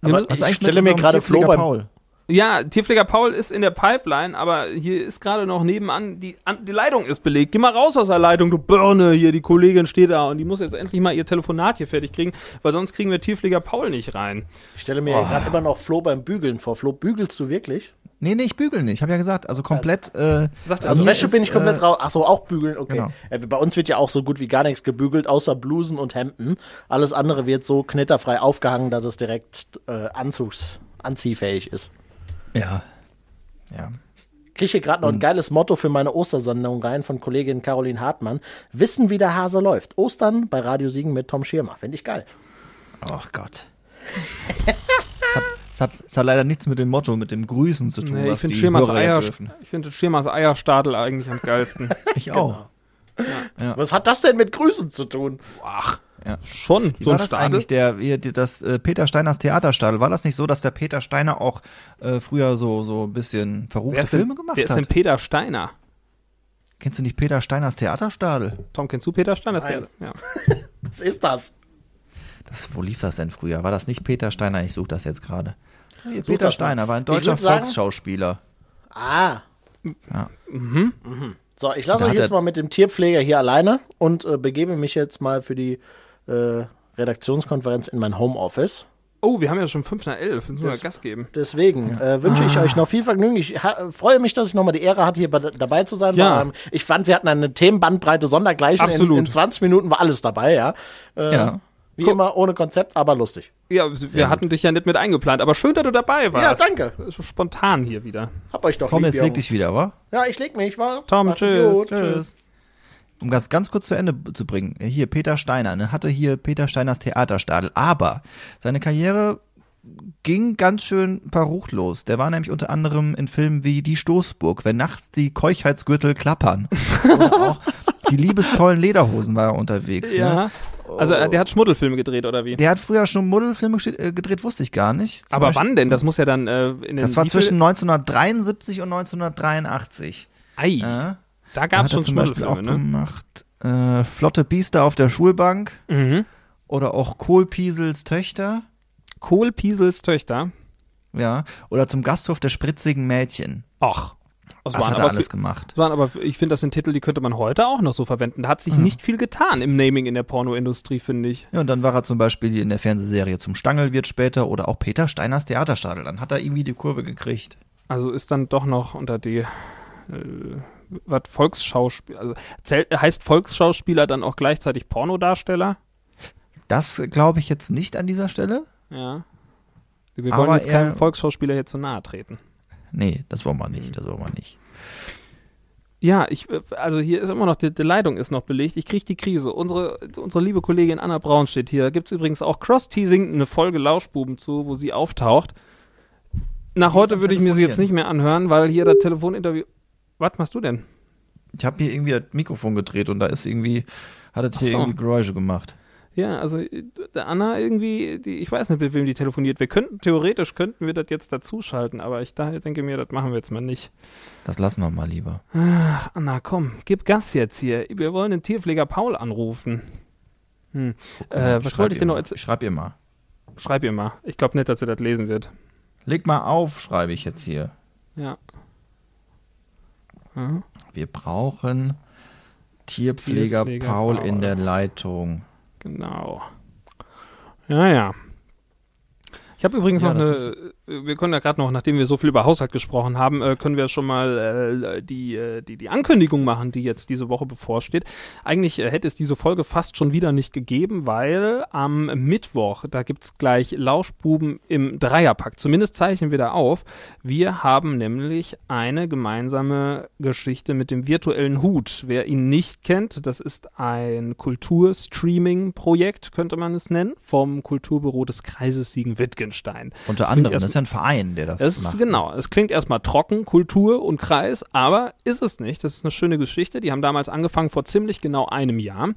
[SPEAKER 2] Wir
[SPEAKER 4] Aber
[SPEAKER 2] müssen-
[SPEAKER 4] ich
[SPEAKER 3] mit
[SPEAKER 4] stelle mir
[SPEAKER 3] unserem
[SPEAKER 4] gerade Flo
[SPEAKER 3] Tierpfleger
[SPEAKER 4] beim-
[SPEAKER 3] Paul?
[SPEAKER 2] Ja, Tierpfleger Paul ist in der Pipeline, aber hier ist gerade noch nebenan, die, an, die Leitung ist belegt. Geh mal raus aus der Leitung, du Birne hier, die Kollegin steht da und die muss jetzt endlich mal ihr Telefonat hier fertig kriegen, weil sonst kriegen wir Tierpfleger Paul nicht rein.
[SPEAKER 4] Ich stelle
[SPEAKER 3] Oh.
[SPEAKER 4] mir gerade immer noch Flo beim Bügeln vor. Flo, bügelst du wirklich?
[SPEAKER 3] Nee, nee, ich bügel nicht. Habe ja gesagt, also komplett. Äh,
[SPEAKER 2] Sagt er
[SPEAKER 4] Also
[SPEAKER 3] Mir
[SPEAKER 4] Wäsche bin
[SPEAKER 3] ist,
[SPEAKER 4] ich komplett
[SPEAKER 3] äh,
[SPEAKER 4] raus. Achso, auch bügeln, okay.
[SPEAKER 3] genau.
[SPEAKER 4] Äh, bei uns wird ja auch so gut wie gar nichts gebügelt, außer Blusen und Hemden. Alles andere wird so knitterfrei aufgehangen, dass es direkt äh, anzugs anziehfähig ist.
[SPEAKER 3] ja. Ja.
[SPEAKER 4] Kriege hier gerade noch
[SPEAKER 3] Hm.
[SPEAKER 4] ein geiles Motto für meine Ostersendung rein von Kollegin Caroline Hartmann. Wissen, wie der Hase läuft. Ostern bei Radio Siegen mit Tom Schirmer. Finde ich geil.
[SPEAKER 3] Ach Gott. Es hat, es hat leider nichts mit dem Motto, mit dem Grüßen zu tun,
[SPEAKER 2] Nee, ich
[SPEAKER 3] was
[SPEAKER 2] finde
[SPEAKER 3] die
[SPEAKER 2] Schirmers,
[SPEAKER 3] Hörer ja
[SPEAKER 2] Eier,
[SPEAKER 3] dürfen.
[SPEAKER 2] ich find Schirmers Eierstadel eigentlich am geilsten.
[SPEAKER 3] Ich
[SPEAKER 2] Genau.
[SPEAKER 3] auch.
[SPEAKER 4] Was hat das denn mit Grüßen zu tun?
[SPEAKER 2] Ach,
[SPEAKER 3] Ja.
[SPEAKER 2] schon,
[SPEAKER 3] Wie
[SPEAKER 2] so
[SPEAKER 3] war
[SPEAKER 2] ein
[SPEAKER 3] das
[SPEAKER 2] Stadel.
[SPEAKER 3] eigentlich, der, wie- die- das äh, Peter Steiners Theaterstadel? War das nicht so, dass der Peter Steiner auch äh, früher so, so ein bisschen verruchte
[SPEAKER 2] denn-
[SPEAKER 3] Filme gemacht
[SPEAKER 2] wer ist denn
[SPEAKER 3] hat?
[SPEAKER 2] Peter Steiner?
[SPEAKER 3] Kennst du nicht Peter Steiners Theaterstadel?
[SPEAKER 2] Tom, kennst du Peter Steiner? Ist
[SPEAKER 4] Nein.
[SPEAKER 2] Der, ja.
[SPEAKER 4] Was ist das?
[SPEAKER 3] Das, wo lief das denn früher? War das nicht Peter Steiner? Ich suche das jetzt gerade. Hier,
[SPEAKER 4] Such
[SPEAKER 3] Peter
[SPEAKER 4] das mal.
[SPEAKER 3] Steiner war ein
[SPEAKER 4] Ich würd
[SPEAKER 3] deutscher
[SPEAKER 4] sagen-
[SPEAKER 3] Volksschauspieler.
[SPEAKER 4] Ah.
[SPEAKER 3] Ja.
[SPEAKER 4] Mhm. So, ich lasse
[SPEAKER 3] Da
[SPEAKER 4] euch
[SPEAKER 3] hat
[SPEAKER 4] jetzt
[SPEAKER 3] er-
[SPEAKER 4] mal mit dem Tierpfleger hier alleine und äh, begebe mich jetzt mal für die äh, Redaktionskonferenz in mein Homeoffice.
[SPEAKER 2] Oh, wir haben ja schon 5 nach 11, müssen wir
[SPEAKER 4] Das-
[SPEAKER 2] Gas geben.
[SPEAKER 4] Deswegen äh, wünsche
[SPEAKER 2] Ah.
[SPEAKER 4] ich euch noch viel Vergnügen. Ich ha freue mich, dass ich nochmal die Ehre hatte, hier bei, dabei zu sein.
[SPEAKER 2] Ja.
[SPEAKER 4] War, ähm, Ich fand, wir hatten eine Themenbandbreite sondergleichen. In,
[SPEAKER 2] Absolut.
[SPEAKER 4] in 20 Minuten war alles dabei, ja. Äh,
[SPEAKER 3] Ja.
[SPEAKER 4] Wie immer ohne Konzept, aber lustig.
[SPEAKER 2] Ja, wir hatten dich ja nicht mit eingeplant, aber schön, dass du dabei warst.
[SPEAKER 4] danke.
[SPEAKER 2] So Spontan hier wieder.
[SPEAKER 4] Hab euch doch
[SPEAKER 3] Tom,
[SPEAKER 4] lieb,
[SPEAKER 3] jetzt leg
[SPEAKER 4] Jungs.
[SPEAKER 3] dich wieder, wa?
[SPEAKER 4] Ja, ich leg mich. War,
[SPEAKER 2] Tom,
[SPEAKER 4] macht's
[SPEAKER 2] tschüss.
[SPEAKER 4] gut.
[SPEAKER 3] Tschüss. Um das ganz kurz zu Ende zu bringen. Hier, Peter Steiner, ne, hatte hier Peter Steiners Theaterstadel, aber seine Karriere ging ganz schön verrucht los. Der war nämlich unter anderem in Filmen wie Die Stoßburg, wenn nachts die Keuchheitsgürtel klappern. Oder auch die liebestollen Lederhosen war er unterwegs. Ne?
[SPEAKER 2] Ja. Also äh, der hat Schmuddelfilme gedreht oder wie?
[SPEAKER 3] Der hat früher schon Modelfilme gesch- äh, gedreht, wusste ich gar nicht. Zum
[SPEAKER 2] aber
[SPEAKER 3] Beispiel-
[SPEAKER 2] wann denn? Das muss ja dann äh, in den
[SPEAKER 3] Das war
[SPEAKER 2] wie viel-
[SPEAKER 3] zwischen 1973 und ne? 1983.
[SPEAKER 2] Ei,
[SPEAKER 3] Ja.
[SPEAKER 2] da
[SPEAKER 3] äh, Da
[SPEAKER 2] gab es
[SPEAKER 3] hat er
[SPEAKER 2] schon
[SPEAKER 3] zum Beispiel auch
[SPEAKER 2] Schmuddelfilme, ne?
[SPEAKER 3] gemacht äh, Flotte Biester auf der Schulbank
[SPEAKER 2] Mhm.
[SPEAKER 3] oder auch Kohlpiesels Töchter.
[SPEAKER 2] Kohl Piesels Töchter.
[SPEAKER 3] Ja, oder zum Gasthof der spritzigen Mädchen.
[SPEAKER 2] Ach. Das
[SPEAKER 3] Das
[SPEAKER 2] waren
[SPEAKER 3] hat er
[SPEAKER 2] aber,
[SPEAKER 3] alles
[SPEAKER 2] fi-
[SPEAKER 3] gemacht.
[SPEAKER 2] das waren aber ich finde, das sind Titel, die könnte man heute auch noch so verwenden. Da hat
[SPEAKER 3] Mhm.
[SPEAKER 2] sich nicht viel getan im Naming in der Pornoindustrie, finde ich.
[SPEAKER 3] Ja, und dann war er zum Beispiel in der Fernsehserie Zum Stangel wird später oder auch Peter Steiners Theaterstadel. Dann hat er irgendwie die Kurve gekriegt.
[SPEAKER 2] Also ist dann doch noch unter die äh, was Volksschauspiel, also zählt, heißt Volksschauspieler dann auch gleichzeitig Pornodarsteller?
[SPEAKER 3] Das glaube ich jetzt nicht an dieser Stelle.
[SPEAKER 2] Ja. Wir
[SPEAKER 3] Aber
[SPEAKER 2] wollen jetzt keinem
[SPEAKER 3] er-
[SPEAKER 2] Volksschauspieler hier zu nahe treten.
[SPEAKER 3] Nee, das wollen wir nicht, das wollen wir nicht.
[SPEAKER 2] Ja, ich, äh, also hier ist immer noch, die, die Leitung ist noch belegt. Ich kriege die Krise. Unsere, unsere liebe Kollegin Anna Braun steht hier. Da gibt's übrigens auch Cross-Teasing, eine Folge Lauschbuben zu, wo sie auftaucht. Nach heute
[SPEAKER 3] am
[SPEAKER 2] würde ich mir sie jetzt
[SPEAKER 3] Telefonieren.
[SPEAKER 2] nicht mehr anhören, weil hier das Telefoninterview. Was machst du denn?
[SPEAKER 3] Ich habe hier irgendwie das Mikrofon gedreht und da ist irgendwie, hat es hier
[SPEAKER 2] so.
[SPEAKER 3] irgendwie Geräusche gemacht.
[SPEAKER 2] Ja, also äh, Anna irgendwie, die, ich weiß nicht, mit wem die telefoniert. Wir könnten, theoretisch könnten wir das jetzt dazuschalten, aber ich da, denke mir, das machen wir jetzt mal nicht.
[SPEAKER 3] Das lassen wir mal lieber.
[SPEAKER 2] Ach, Anna, komm, gib Gas jetzt hier. Wir wollen den Tierpfleger Paul anrufen. Hm. Äh, was
[SPEAKER 3] Schreib
[SPEAKER 2] wollte ich
[SPEAKER 3] ihr
[SPEAKER 2] denn noch
[SPEAKER 3] mal.
[SPEAKER 2] erzählen?
[SPEAKER 3] Schreib ihr mal.
[SPEAKER 2] Schreib ihr mal. Ich glaube nicht, dass sie das lesen wird.
[SPEAKER 3] Leg mal auf, schreibe ich jetzt hier.
[SPEAKER 2] Ja.
[SPEAKER 3] Wir brauchen Tierpfleger,
[SPEAKER 2] Tierpfleger
[SPEAKER 3] Paul,
[SPEAKER 2] Paul.
[SPEAKER 3] in der Leitung.
[SPEAKER 2] Genau. Ja, ja. Ich habe übrigens
[SPEAKER 3] Ja,
[SPEAKER 2] noch
[SPEAKER 3] das
[SPEAKER 2] eine, äh, wir können ja gerade noch, nachdem wir so viel über Haushalt gesprochen haben, äh, können wir schon mal äh, die, äh, die, die Ankündigung machen, die jetzt diese Woche bevorsteht. Eigentlich äh, hätte es diese Folge fast schon wieder nicht gegeben, weil am Mittwoch, da gibt es gleich Lauschbuben im Dreierpack. Zumindest zeichnen wir da auf. Wir haben nämlich eine gemeinsame Geschichte mit dem virtuellen Hut. Wer ihn nicht kennt, das ist ein Kulturstreaming-Projekt, könnte man es nennen, vom Kulturbüro des Kreises Siegen-Wittgenstein.
[SPEAKER 3] Unter anderem,
[SPEAKER 2] erst-
[SPEAKER 3] das ist ja ein Verein, der das,
[SPEAKER 2] Es,
[SPEAKER 3] macht. ne?
[SPEAKER 2] genau, es klingt erstmal trocken, Kultur und Kreis, aber ist es nicht. Das ist eine schöne Geschichte. Die haben damals angefangen vor ziemlich genau einem Jahr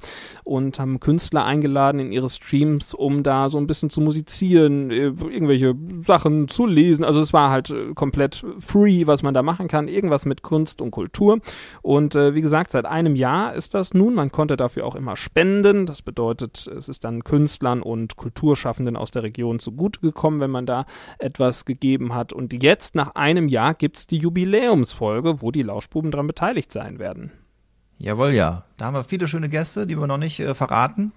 [SPEAKER 2] und haben Künstler eingeladen in ihre Streams, um da so ein bisschen zu musizieren, äh, irgendwelche Sachen zu lesen. Also es war halt äh, komplett free, was man da machen kann. Irgendwas mit Kunst und Kultur. Und äh, wie gesagt, seit einem Jahr ist das nun. Man konnte dafür auch immer spenden. Das bedeutet, es ist dann Künstlern und Kulturschaffenden aus der Region zugute gekommen, wenn man da etwas gegeben hat. Und jetzt, nach einem Jahr, gibt es die Jubiläumsfolge, wo die Lauschbuben dran beteiligt sein werden.
[SPEAKER 3] Jawohl, ja. Da haben wir viele schöne Gäste, die wir noch nicht äh, verraten.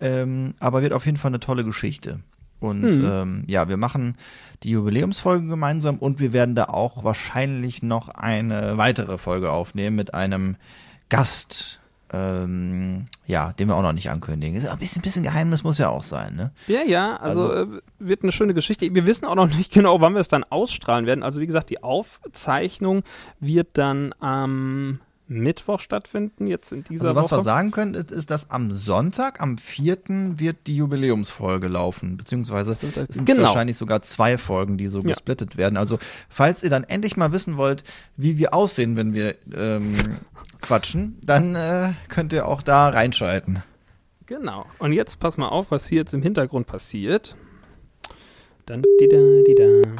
[SPEAKER 3] Ähm, aber wird auf jeden Fall eine tolle Geschichte. Und
[SPEAKER 2] Mhm.
[SPEAKER 3] ähm, ja, wir machen die Jubiläumsfolge gemeinsam und wir werden da auch wahrscheinlich noch eine weitere Folge aufnehmen mit einem Gast. Ähm, ja, den wir auch noch nicht ankündigen. Ist ein bisschen, bisschen Geheimnis muss ja auch sein, ne?
[SPEAKER 2] Ja, ja, also, äh, wird eine schöne Geschichte. Wir wissen auch noch nicht genau, wann wir es dann ausstrahlen werden. Also wie gesagt, die Aufzeichnung wird dann am Mittwoch stattfinden, jetzt in dieser
[SPEAKER 3] Also was
[SPEAKER 2] Woche.
[SPEAKER 3] wir sagen können, ist, ist, dass am Sonntag, am 4. wird die Jubiläumsfolge laufen, beziehungsweise es sind
[SPEAKER 2] Genau.
[SPEAKER 3] wahrscheinlich sogar zwei Folgen, die so gesplittet werden. Also falls ihr dann endlich mal wissen wollt, wie wir aussehen, wenn wir ähm, quatschen, dann äh, könnt ihr auch da reinschalten.
[SPEAKER 2] Genau. Und jetzt pass mal auf, was hier jetzt im Hintergrund passiert. Dann die da, die da.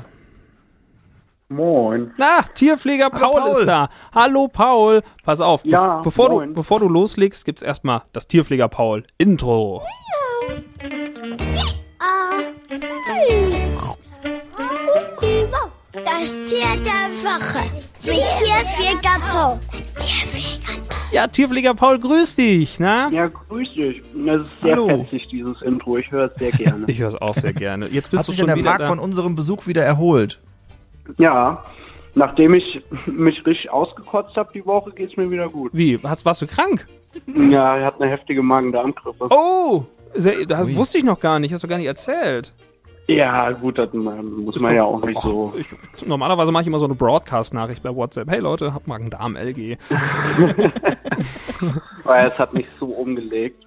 [SPEAKER 5] Moin.
[SPEAKER 2] Na, Tierpfleger
[SPEAKER 3] Hallo,
[SPEAKER 2] Paul,
[SPEAKER 3] Paul.
[SPEAKER 2] ist da. Hallo Paul. Pass auf, be-
[SPEAKER 5] Ja,
[SPEAKER 2] bevor, du,
[SPEAKER 5] moin.
[SPEAKER 2] bevor du loslegst, gibt's erstmal das Tierpfleger Paul Intro.
[SPEAKER 6] Das Tier der Woche. Mit Tierfeger Po.
[SPEAKER 2] Ja, Tierpfleger Paul, grüß dich, na?
[SPEAKER 5] Ja, grüß dich. Das ist sehr
[SPEAKER 3] Hallo.
[SPEAKER 5] fetzig, dieses Intro. Ich höre es sehr gerne.
[SPEAKER 2] Ich höre es auch sehr gerne. Jetzt bist
[SPEAKER 3] Hat
[SPEAKER 2] du
[SPEAKER 3] sich
[SPEAKER 2] schon
[SPEAKER 3] denn der
[SPEAKER 2] wieder
[SPEAKER 3] Park
[SPEAKER 2] da.
[SPEAKER 3] von unserem Besuch wieder erholt?
[SPEAKER 5] ja, nachdem ich mich richtig ausgekotzt habe die Woche, geht's mir wieder gut.
[SPEAKER 2] Wie, hast, warst du krank?
[SPEAKER 5] Ja, ich hatte eine heftige Magen-Darm-Grippe.
[SPEAKER 2] Oh, sehr, da wusste ich noch gar nicht, hast du gar nicht erzählt.
[SPEAKER 5] Ja, gut, das ähm, muss man ja auch nicht
[SPEAKER 2] Ach,
[SPEAKER 5] so.
[SPEAKER 2] Ich, normalerweise mache ich immer so eine Broadcast-Nachricht bei WhatsApp. Hey Leute, hab Magen-Darm-LG. Oh.
[SPEAKER 5] Weil es hat mich so umgelegt.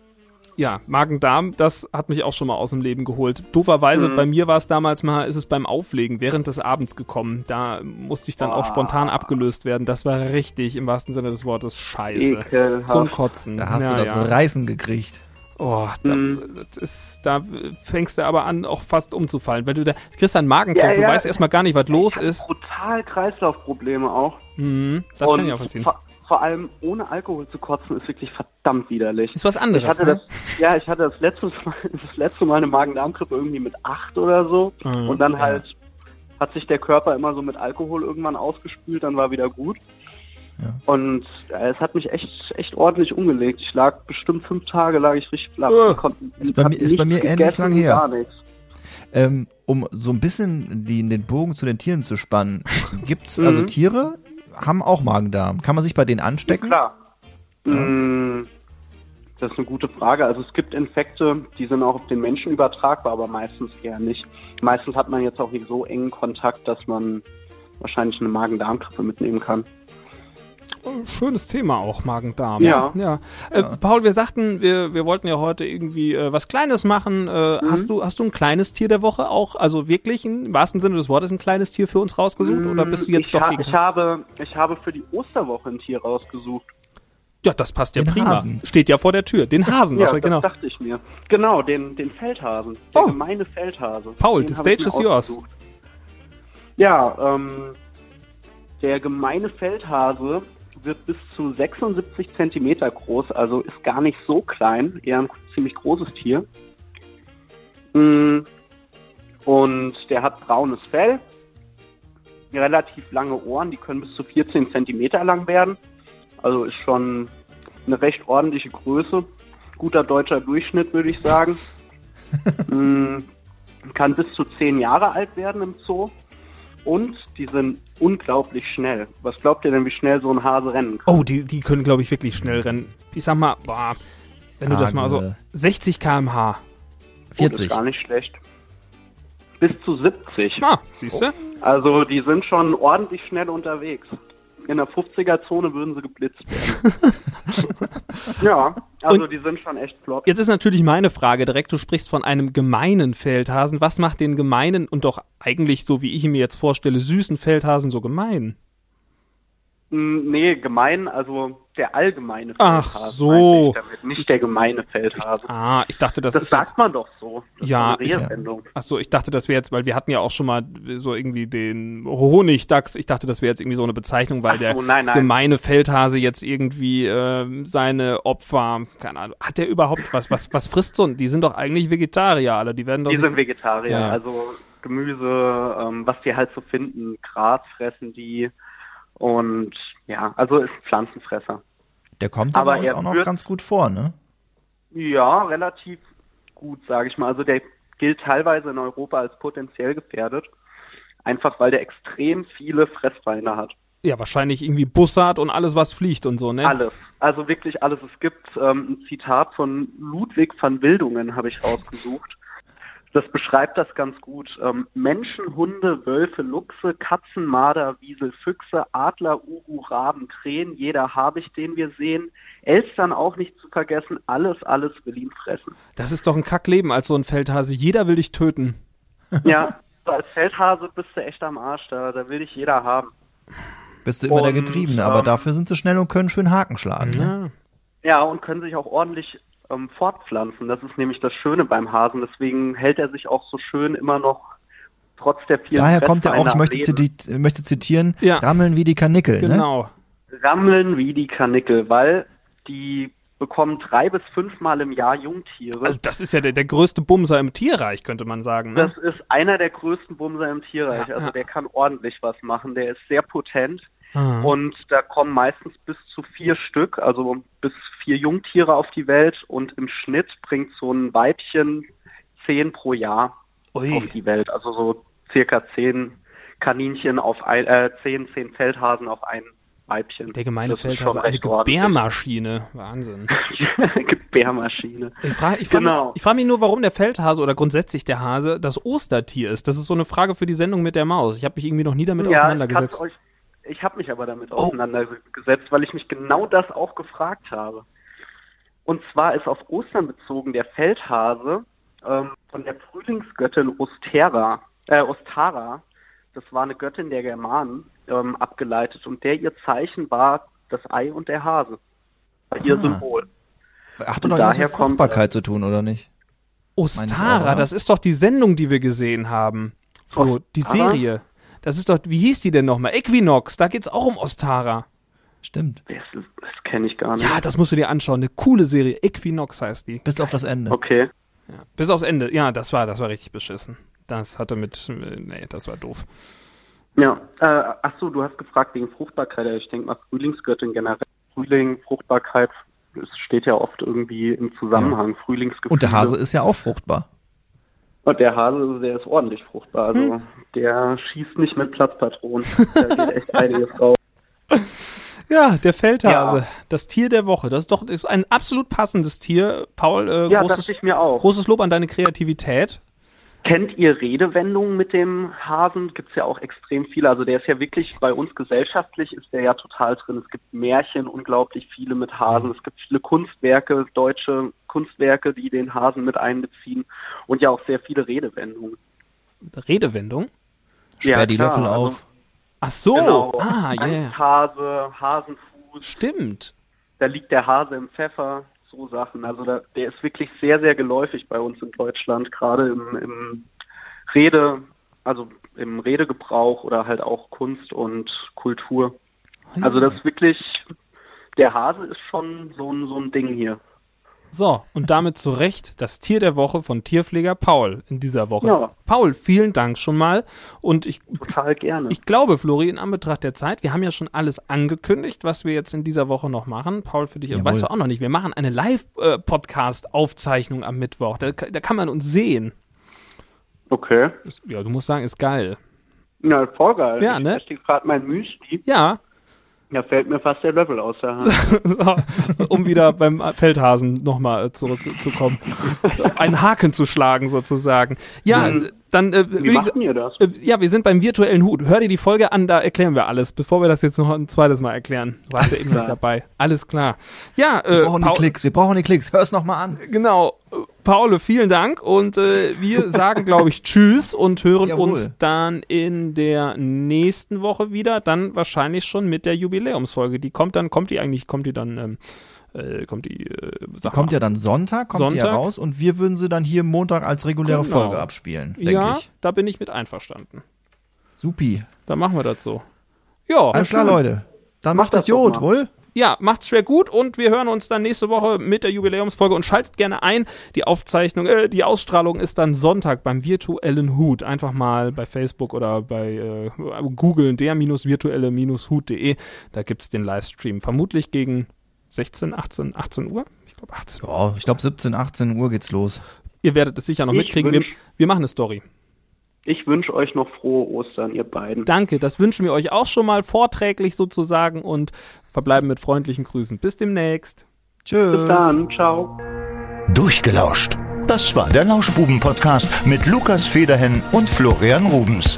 [SPEAKER 2] Ja, Magen-Darm, das hat mich auch schon mal aus dem Leben geholt. Dooferweise,
[SPEAKER 5] Mhm.
[SPEAKER 2] bei mir war es damals mal, ist es beim Auflegen während des Abends gekommen. Da musste ich dann auch spontan abgelöst werden. Das war richtig, im wahrsten Sinne des Wortes, scheiße.
[SPEAKER 5] Ekelhaft.
[SPEAKER 2] Zum Kotzen.
[SPEAKER 3] Da hast
[SPEAKER 2] Ja,
[SPEAKER 3] du das
[SPEAKER 2] ja.
[SPEAKER 3] Reißen gekriegt.
[SPEAKER 2] Oh, da,
[SPEAKER 5] Mhm.
[SPEAKER 2] das ist, da fängst du aber an, auch fast umzufallen. Weil du da kriegst einen Magenkrämpfe,
[SPEAKER 5] Ja, ja.
[SPEAKER 2] du weißt erstmal gar nicht, was los ist.
[SPEAKER 5] Brutal Kreislaufprobleme auch.
[SPEAKER 2] Mhm, das
[SPEAKER 5] Und
[SPEAKER 2] kann ich auch verziehen.
[SPEAKER 5] Vor, vor allem ohne Alkohol zu kotzen ist wirklich verdammt widerlich.
[SPEAKER 2] Ist was anderes.
[SPEAKER 5] Ich hatte
[SPEAKER 2] ne?
[SPEAKER 5] das, ja, ich hatte das letzte Mal, das letzte Mal eine Magen-Darm-Grippe irgendwie mit acht oder so.
[SPEAKER 2] Mhm,
[SPEAKER 5] und dann
[SPEAKER 3] Ah, ja.
[SPEAKER 5] halt hat sich der Körper immer so mit Alkohol irgendwann ausgespült, dann war wieder gut. Und äh, es hat mich echt, echt ordentlich umgelegt. Ich lag bestimmt fünf Tage, lag ich richtig flach.
[SPEAKER 2] Äh,
[SPEAKER 5] Konnte-
[SPEAKER 3] ist bei
[SPEAKER 5] hab
[SPEAKER 3] mir- ist bei mir
[SPEAKER 5] nichts
[SPEAKER 3] ähnlich
[SPEAKER 5] gegessen,
[SPEAKER 3] lang her.
[SPEAKER 5] Gar nichts.
[SPEAKER 3] Ähm, um so ein bisschen die, den Bogen zu den Tieren zu spannen, gibt's also
[SPEAKER 5] Mhm.
[SPEAKER 3] Tiere haben auch Magen-Darm. Kann man sich bei denen
[SPEAKER 2] Hm?
[SPEAKER 3] anstecken?
[SPEAKER 5] Klar. Mm, Das ist eine gute Frage. Also es gibt Infekte, die sind auch auf den Menschen übertragbar, aber meistens eher nicht. Meistens hat man jetzt auch nicht so engen Kontakt, dass man wahrscheinlich eine Magen-Darm-Grippe mitnehmen kann.
[SPEAKER 2] Schönes Thema auch, Magen-Darm.
[SPEAKER 5] Ja.
[SPEAKER 2] ja. Äh, Paul, wir sagten, wir, wir wollten ja heute irgendwie äh, was Kleines machen. Äh,
[SPEAKER 5] Mhm.
[SPEAKER 2] hast, du, hast du ein kleines Tier der Woche auch? Also wirklich, im wahrsten Sinne des Wortes, ein kleines Tier für uns rausgesucht? Oder bist du jetzt
[SPEAKER 5] Mm, ich
[SPEAKER 2] doch
[SPEAKER 5] ha
[SPEAKER 2] gegen...
[SPEAKER 5] ich habe, ich habe für die Osterwoche ein Tier rausgesucht.
[SPEAKER 2] Ja, das passt ja
[SPEAKER 3] Den
[SPEAKER 2] prima.
[SPEAKER 3] Hasen.
[SPEAKER 2] Steht ja vor der Tür. Den Hasen,
[SPEAKER 5] Ja, das
[SPEAKER 2] wahrscheinlich, genau.
[SPEAKER 5] dachte ich mir. Genau, den, den Feldhasen. Der
[SPEAKER 2] Oh.
[SPEAKER 5] gemeine Feldhase.
[SPEAKER 2] Paul,
[SPEAKER 5] Den
[SPEAKER 2] the
[SPEAKER 5] habe ich
[SPEAKER 2] stage
[SPEAKER 5] mir
[SPEAKER 2] is yours.
[SPEAKER 5] ausgesucht. Ja, ähm, der gemeine Feldhase wird bis zu 76 Zentimeter groß, also ist gar nicht so klein, eher ein ziemlich großes Tier. Mm, Und der hat braunes Fell, relativ lange Ohren, die können bis zu 14 Zentimeter lang werden. Also ist schon eine recht ordentliche Größe. Guter deutscher Durchschnitt, würde ich sagen. mm, kann bis zu 10 Jahre alt werden im Zoo. Und die sind unglaublich schnell. Was glaubt ihr denn, wie schnell so ein Hase rennen kann?
[SPEAKER 2] Oh, die, die können, glaube ich, wirklich schnell rennen. Ich sag mal, boah, wenn du das mal so.
[SPEAKER 3] Tage.
[SPEAKER 2] 60 km/h.
[SPEAKER 5] Oh, das
[SPEAKER 3] 40.
[SPEAKER 5] Ist gar nicht schlecht. Bis zu 70.
[SPEAKER 2] Ah, siehst du?
[SPEAKER 5] Also die sind schon ordentlich schnell unterwegs. In der 50er-Zone würden sie geblitzt werden. ja, also
[SPEAKER 2] Und-
[SPEAKER 5] die sind schon echt flott.
[SPEAKER 2] Jetzt ist natürlich meine Frage direkt, du sprichst von einem gemeinen Feldhasen. Was macht den gemeinen und doch eigentlich, so wie ich ihn mir jetzt vorstelle, süßen Feldhasen so gemein?
[SPEAKER 5] Mm, Nee, gemein, also der allgemeine
[SPEAKER 2] Ach
[SPEAKER 5] Feldhase.
[SPEAKER 2] so.
[SPEAKER 5] meinte ich Damit, nicht der gemeine Feldhase.
[SPEAKER 2] Ah, ich dachte, das,
[SPEAKER 5] Das
[SPEAKER 2] ist jetzt...
[SPEAKER 5] sagt man doch so. Das
[SPEAKER 2] Ja,
[SPEAKER 5] ist eine
[SPEAKER 2] ich-
[SPEAKER 5] Redewendung.
[SPEAKER 2] Ach so, ich dachte, das wäre jetzt, weil wir hatten ja auch schon mal so irgendwie den Honigdachs. Ich dachte, das wäre jetzt irgendwie so eine Bezeichnung, weil
[SPEAKER 5] Ach
[SPEAKER 2] der
[SPEAKER 5] so, nein, nein.
[SPEAKER 2] gemeine Feldhase jetzt irgendwie ähm, seine Opfer, keine Ahnung, hat der überhaupt was? Was, was frisst so ein? Die sind doch eigentlich Vegetarier, alle. Die werden doch.
[SPEAKER 5] Die
[SPEAKER 2] nicht-
[SPEAKER 5] sind Vegetarier,
[SPEAKER 2] Ja.
[SPEAKER 5] also Gemüse, ähm, was die halt so finden. Gras fressen die und ja, also ist ein Pflanzenfresser.
[SPEAKER 3] Der kommt aber
[SPEAKER 5] Aber
[SPEAKER 3] bei uns
[SPEAKER 5] er
[SPEAKER 3] auch noch
[SPEAKER 5] führt-
[SPEAKER 3] ganz gut vor, ne?
[SPEAKER 5] Ja, relativ gut, sage ich mal. Also der gilt teilweise in Europa als potenziell gefährdet, einfach weil der extrem viele Fressfeinde hat.
[SPEAKER 2] ja, wahrscheinlich irgendwie Bussard und alles, was fliegt und so, ne?
[SPEAKER 5] Alles, also wirklich alles. Es gibt ähm, ein Zitat von Ludwig van Wildungen, habe ich rausgesucht. Das beschreibt das ganz gut. Ähm, Menschen, Hunde, Wölfe, Luchse, Katzen, Marder, Wiesel, Füchse, Adler, Uhu, Raben, Krähen, jeder Habicht, den wir sehen. Elstern auch nicht zu vergessen. Alles, alles will ihn fressen.
[SPEAKER 2] Das ist doch ein Kackleben als so ein Feldhase. Jeder will dich töten.
[SPEAKER 5] Ja, als Feldhase bist du echt am Arsch, da, da will dich jeder haben.
[SPEAKER 3] Bist du immer der
[SPEAKER 5] Und,
[SPEAKER 3] Getriebene, aber
[SPEAKER 5] ähm,
[SPEAKER 3] dafür sind sie schnell und können schön Haken schlagen. Ne?
[SPEAKER 2] Ja.
[SPEAKER 5] Ja, und können sich auch ordentlich ähm, fortpflanzen. Das ist nämlich das Schöne beim Hasen. Deswegen hält er sich auch so schön immer noch, trotz der vielen
[SPEAKER 3] Daher kommt ja auch,
[SPEAKER 5] Fressfeinde
[SPEAKER 3] ich
[SPEAKER 5] am
[SPEAKER 3] möchte,
[SPEAKER 5] Leben.
[SPEAKER 3] ziti äh, möchte zitieren,
[SPEAKER 2] Ja.
[SPEAKER 3] rammeln wie die Karnickel. Ne?
[SPEAKER 2] Genau.
[SPEAKER 5] Rammeln wie die Karnickel, weil die bekommen drei bis fünfmal im Jahr Jungtiere.
[SPEAKER 2] Also das ist ja der, der größte Bumser im Tierreich, könnte man sagen. Ne?
[SPEAKER 5] das ist einer der größten Bumser im Tierreich.
[SPEAKER 2] Ja,
[SPEAKER 5] Also
[SPEAKER 2] ja.
[SPEAKER 5] der kann ordentlich was machen. Der ist sehr potent.
[SPEAKER 2] Ah.
[SPEAKER 5] Und da kommen meistens bis zu vier Stück, also bis vier Jungtiere auf die Welt und im Schnitt bringt so ein Weibchen zehn pro Jahr
[SPEAKER 2] Ui.
[SPEAKER 5] auf die Welt. Also so circa zehn Kaninchen auf ein, äh, zehn, zehn Feldhasen auf ein Weibchen.
[SPEAKER 2] Der gemeine
[SPEAKER 5] Das ist
[SPEAKER 2] Feldhase,
[SPEAKER 5] schon
[SPEAKER 2] eine
[SPEAKER 5] recht ordentlich.
[SPEAKER 2] Gebärmaschine. Wahnsinn.
[SPEAKER 5] Gebärmaschine.
[SPEAKER 2] Ich frage ich frag
[SPEAKER 5] Genau.
[SPEAKER 2] mich, ich frag mich nur, warum der Feldhase oder grundsätzlich der Hase das Ostertier ist. Das ist so eine Frage für die Sendung mit der Maus. Ich habe mich irgendwie noch nie damit
[SPEAKER 5] Ja, ich hab's
[SPEAKER 2] auseinandergesetzt. Oh.
[SPEAKER 5] euch, ich habe mich aber damit auseinandergesetzt, weil ich mich genau das auch gefragt habe. Und zwar ist auf Ostern bezogen der Feldhase ähm, von der Frühlingsgöttin Ostera, äh, Ostara, das war eine Göttin der Germanen, ähm, abgeleitet und der ihr Zeichen war das Ei und der Hase. War Ihr
[SPEAKER 3] Ah.
[SPEAKER 5] Symbol.
[SPEAKER 3] Hat doch irgendwas
[SPEAKER 5] Daher
[SPEAKER 3] mit
[SPEAKER 5] kommt, äh,
[SPEAKER 3] Fruchtbarkeit zu tun, oder nicht? Meines auch,
[SPEAKER 2] Ostara,
[SPEAKER 3] oder?
[SPEAKER 2] das ist doch die Sendung, die wir gesehen haben. Flo, die
[SPEAKER 5] Ostara?
[SPEAKER 2] Serie. Das ist doch, wie hieß die denn nochmal? Equinox, da geht's auch um Ostara.
[SPEAKER 3] Stimmt.
[SPEAKER 5] Das, ist- das kenne ich gar nicht.
[SPEAKER 2] Ja, das musst du dir anschauen. Eine coole Serie. Equinox heißt die.
[SPEAKER 3] Bis auf das Ende.
[SPEAKER 5] Okay.
[SPEAKER 2] Bis aufs Ende. Ja, das war, das war richtig beschissen. Das hatte mit, nee, das war doof.
[SPEAKER 5] Ja, äh, ach so, du hast gefragt wegen Fruchtbarkeit. Ich denke mal, Frühlingsgöttin generell. Frühling, Fruchtbarkeit, es steht ja oft irgendwie im Zusammenhang. Frühlingsgefühle.
[SPEAKER 3] Und der Hase ist ja auch fruchtbar.
[SPEAKER 5] Und der Hase, der ist ordentlich fruchtbar. Also
[SPEAKER 3] Hm.
[SPEAKER 5] der schießt nicht mit Platzpatronen. Da geht echt einiges raus.
[SPEAKER 2] Ja, der Feldhase, das Tier der Woche. Das ist doch ist ein absolut passendes Tier. Paul, äh,
[SPEAKER 5] Ja,
[SPEAKER 2] großes,
[SPEAKER 5] dachte ich mir auch.
[SPEAKER 2] großes Lob an deine Kreativität.
[SPEAKER 5] Kennt ihr Redewendungen mit dem Hasen? Gibt's ja auch extrem viele. Also der ist ja wirklich bei uns gesellschaftlich ist der ja total drin. Es gibt Märchen, unglaublich viele mit Hasen. Es gibt viele Kunstwerke, deutsche Kunstwerke, die den Hasen mit einbeziehen und ja auch sehr viele Redewendungen.
[SPEAKER 2] Redewendung.
[SPEAKER 3] Sperr
[SPEAKER 5] Ja,
[SPEAKER 3] die
[SPEAKER 5] klar,
[SPEAKER 3] Löffel
[SPEAKER 5] also-
[SPEAKER 3] auf.
[SPEAKER 2] Ach so.
[SPEAKER 5] Genau.
[SPEAKER 2] Oh, Ah, ja. Yeah.
[SPEAKER 5] Angsthase, Hasenfuß.
[SPEAKER 2] Stimmt.
[SPEAKER 5] da liegt der Hase im Pfeffer, so Sachen. Also da, der ist wirklich sehr, sehr geläufig bei uns in Deutschland, gerade im, im Rede, also im Redegebrauch oder halt auch Kunst und Kultur.
[SPEAKER 2] Ah.
[SPEAKER 5] Also das ist wirklich, der Hase ist schon so ein, so ein Ding hier.
[SPEAKER 2] So, und damit zu Recht das Tier der Woche von Tierpfleger Paul in dieser Woche.
[SPEAKER 5] Ja.
[SPEAKER 2] Paul, vielen Dank schon mal. Und ich,
[SPEAKER 5] Total gerne.
[SPEAKER 2] ich glaube, Flori, in Anbetracht der Zeit, wir haben ja schon alles angekündigt, was wir jetzt in dieser Woche noch machen. Paul, für dich
[SPEAKER 3] Jawohl.
[SPEAKER 2] weißt du auch noch nicht. Wir machen eine Live-Podcast-Aufzeichnung am Mittwoch. Da, da kann man uns sehen.
[SPEAKER 5] okay.
[SPEAKER 2] Ist- Ja, du musst sagen, ist geil.
[SPEAKER 5] Na, voll geil.
[SPEAKER 2] Ja, ne?
[SPEAKER 5] Ich verstehe gerade mein Müsli.
[SPEAKER 2] Ja,
[SPEAKER 5] Da fällt mir fast der Löffel aus der Hand.
[SPEAKER 2] So, um wieder beim Feldhasen nochmal zurückzukommen. Einen Haken zu schlagen sozusagen. Ja, dann äh,
[SPEAKER 5] Wie
[SPEAKER 2] würde ich,
[SPEAKER 5] macht ihr das?
[SPEAKER 2] Äh, Ja, wir sind beim virtuellen Hut. Hör dir die Folge an, da erklären wir alles, bevor wir das jetzt noch ein zweites Mal erklären. Du warst ja eben nicht dabei. Alles klar. Ja, äh,
[SPEAKER 3] Wir brauchen die
[SPEAKER 2] Paul-
[SPEAKER 3] Klicks, wir brauchen die Klicks. Hör's noch mal an.
[SPEAKER 2] genau. Äh, Paul, vielen Dank und äh, wir sagen, glaube ich, Tschüss und hören
[SPEAKER 3] Jawohl.
[SPEAKER 2] uns dann in der nächsten Woche wieder. Dann wahrscheinlich schon mit der Jubiläumsfolge. Die kommt dann, kommt die eigentlich, kommt die dann, ähm, äh, kommt die, äh, sag
[SPEAKER 3] Kommt
[SPEAKER 2] mal.
[SPEAKER 3] ja dann Sonntag, kommt die ja
[SPEAKER 2] Sonntag.
[SPEAKER 3] raus und wir würden sie dann hier Montag als reguläre
[SPEAKER 2] Genau.
[SPEAKER 3] Folge abspielen, denke
[SPEAKER 2] ja,
[SPEAKER 3] ich.
[SPEAKER 2] da bin ich mit einverstanden.
[SPEAKER 3] Supi.
[SPEAKER 2] Dann machen wir das so. Ja.
[SPEAKER 3] Alles klar, Leute. Dann macht das
[SPEAKER 5] das doch
[SPEAKER 3] Jod,
[SPEAKER 5] mal.
[SPEAKER 3] wohl?
[SPEAKER 2] Ja, macht's schwer gut und wir hören uns dann nächste Woche mit der Jubiläumsfolge und schaltet gerne ein. Die Aufzeichnung, äh, die Ausstrahlung ist dann Sonntag beim virtuellen Hut. Einfach mal bei Facebook oder bei äh, googeln der-virtuelle-hut.de. Da gibt's den Livestream. Vermutlich gegen 16, 18, 18 Uhr. Ich glaube 18 Uhr.
[SPEAKER 3] Ja, ich glaube 17, 18 Uhr geht's los.
[SPEAKER 2] Ihr werdet es sicher noch
[SPEAKER 5] Ich
[SPEAKER 2] mitkriegen. Wir,
[SPEAKER 5] wünsch-
[SPEAKER 2] wir machen eine Story.
[SPEAKER 5] Ich wünsche euch noch frohe Ostern, ihr beiden.
[SPEAKER 2] Danke, das wünschen wir euch auch schon mal vorträglich sozusagen und verbleiben mit freundlichen Grüßen. Bis demnächst.
[SPEAKER 3] Tschüss.
[SPEAKER 5] Bis dann, ciao.
[SPEAKER 1] Durchgelauscht. Das war der Lauschbuben-Podcast mit Lukas Federhen und Florian Rubens.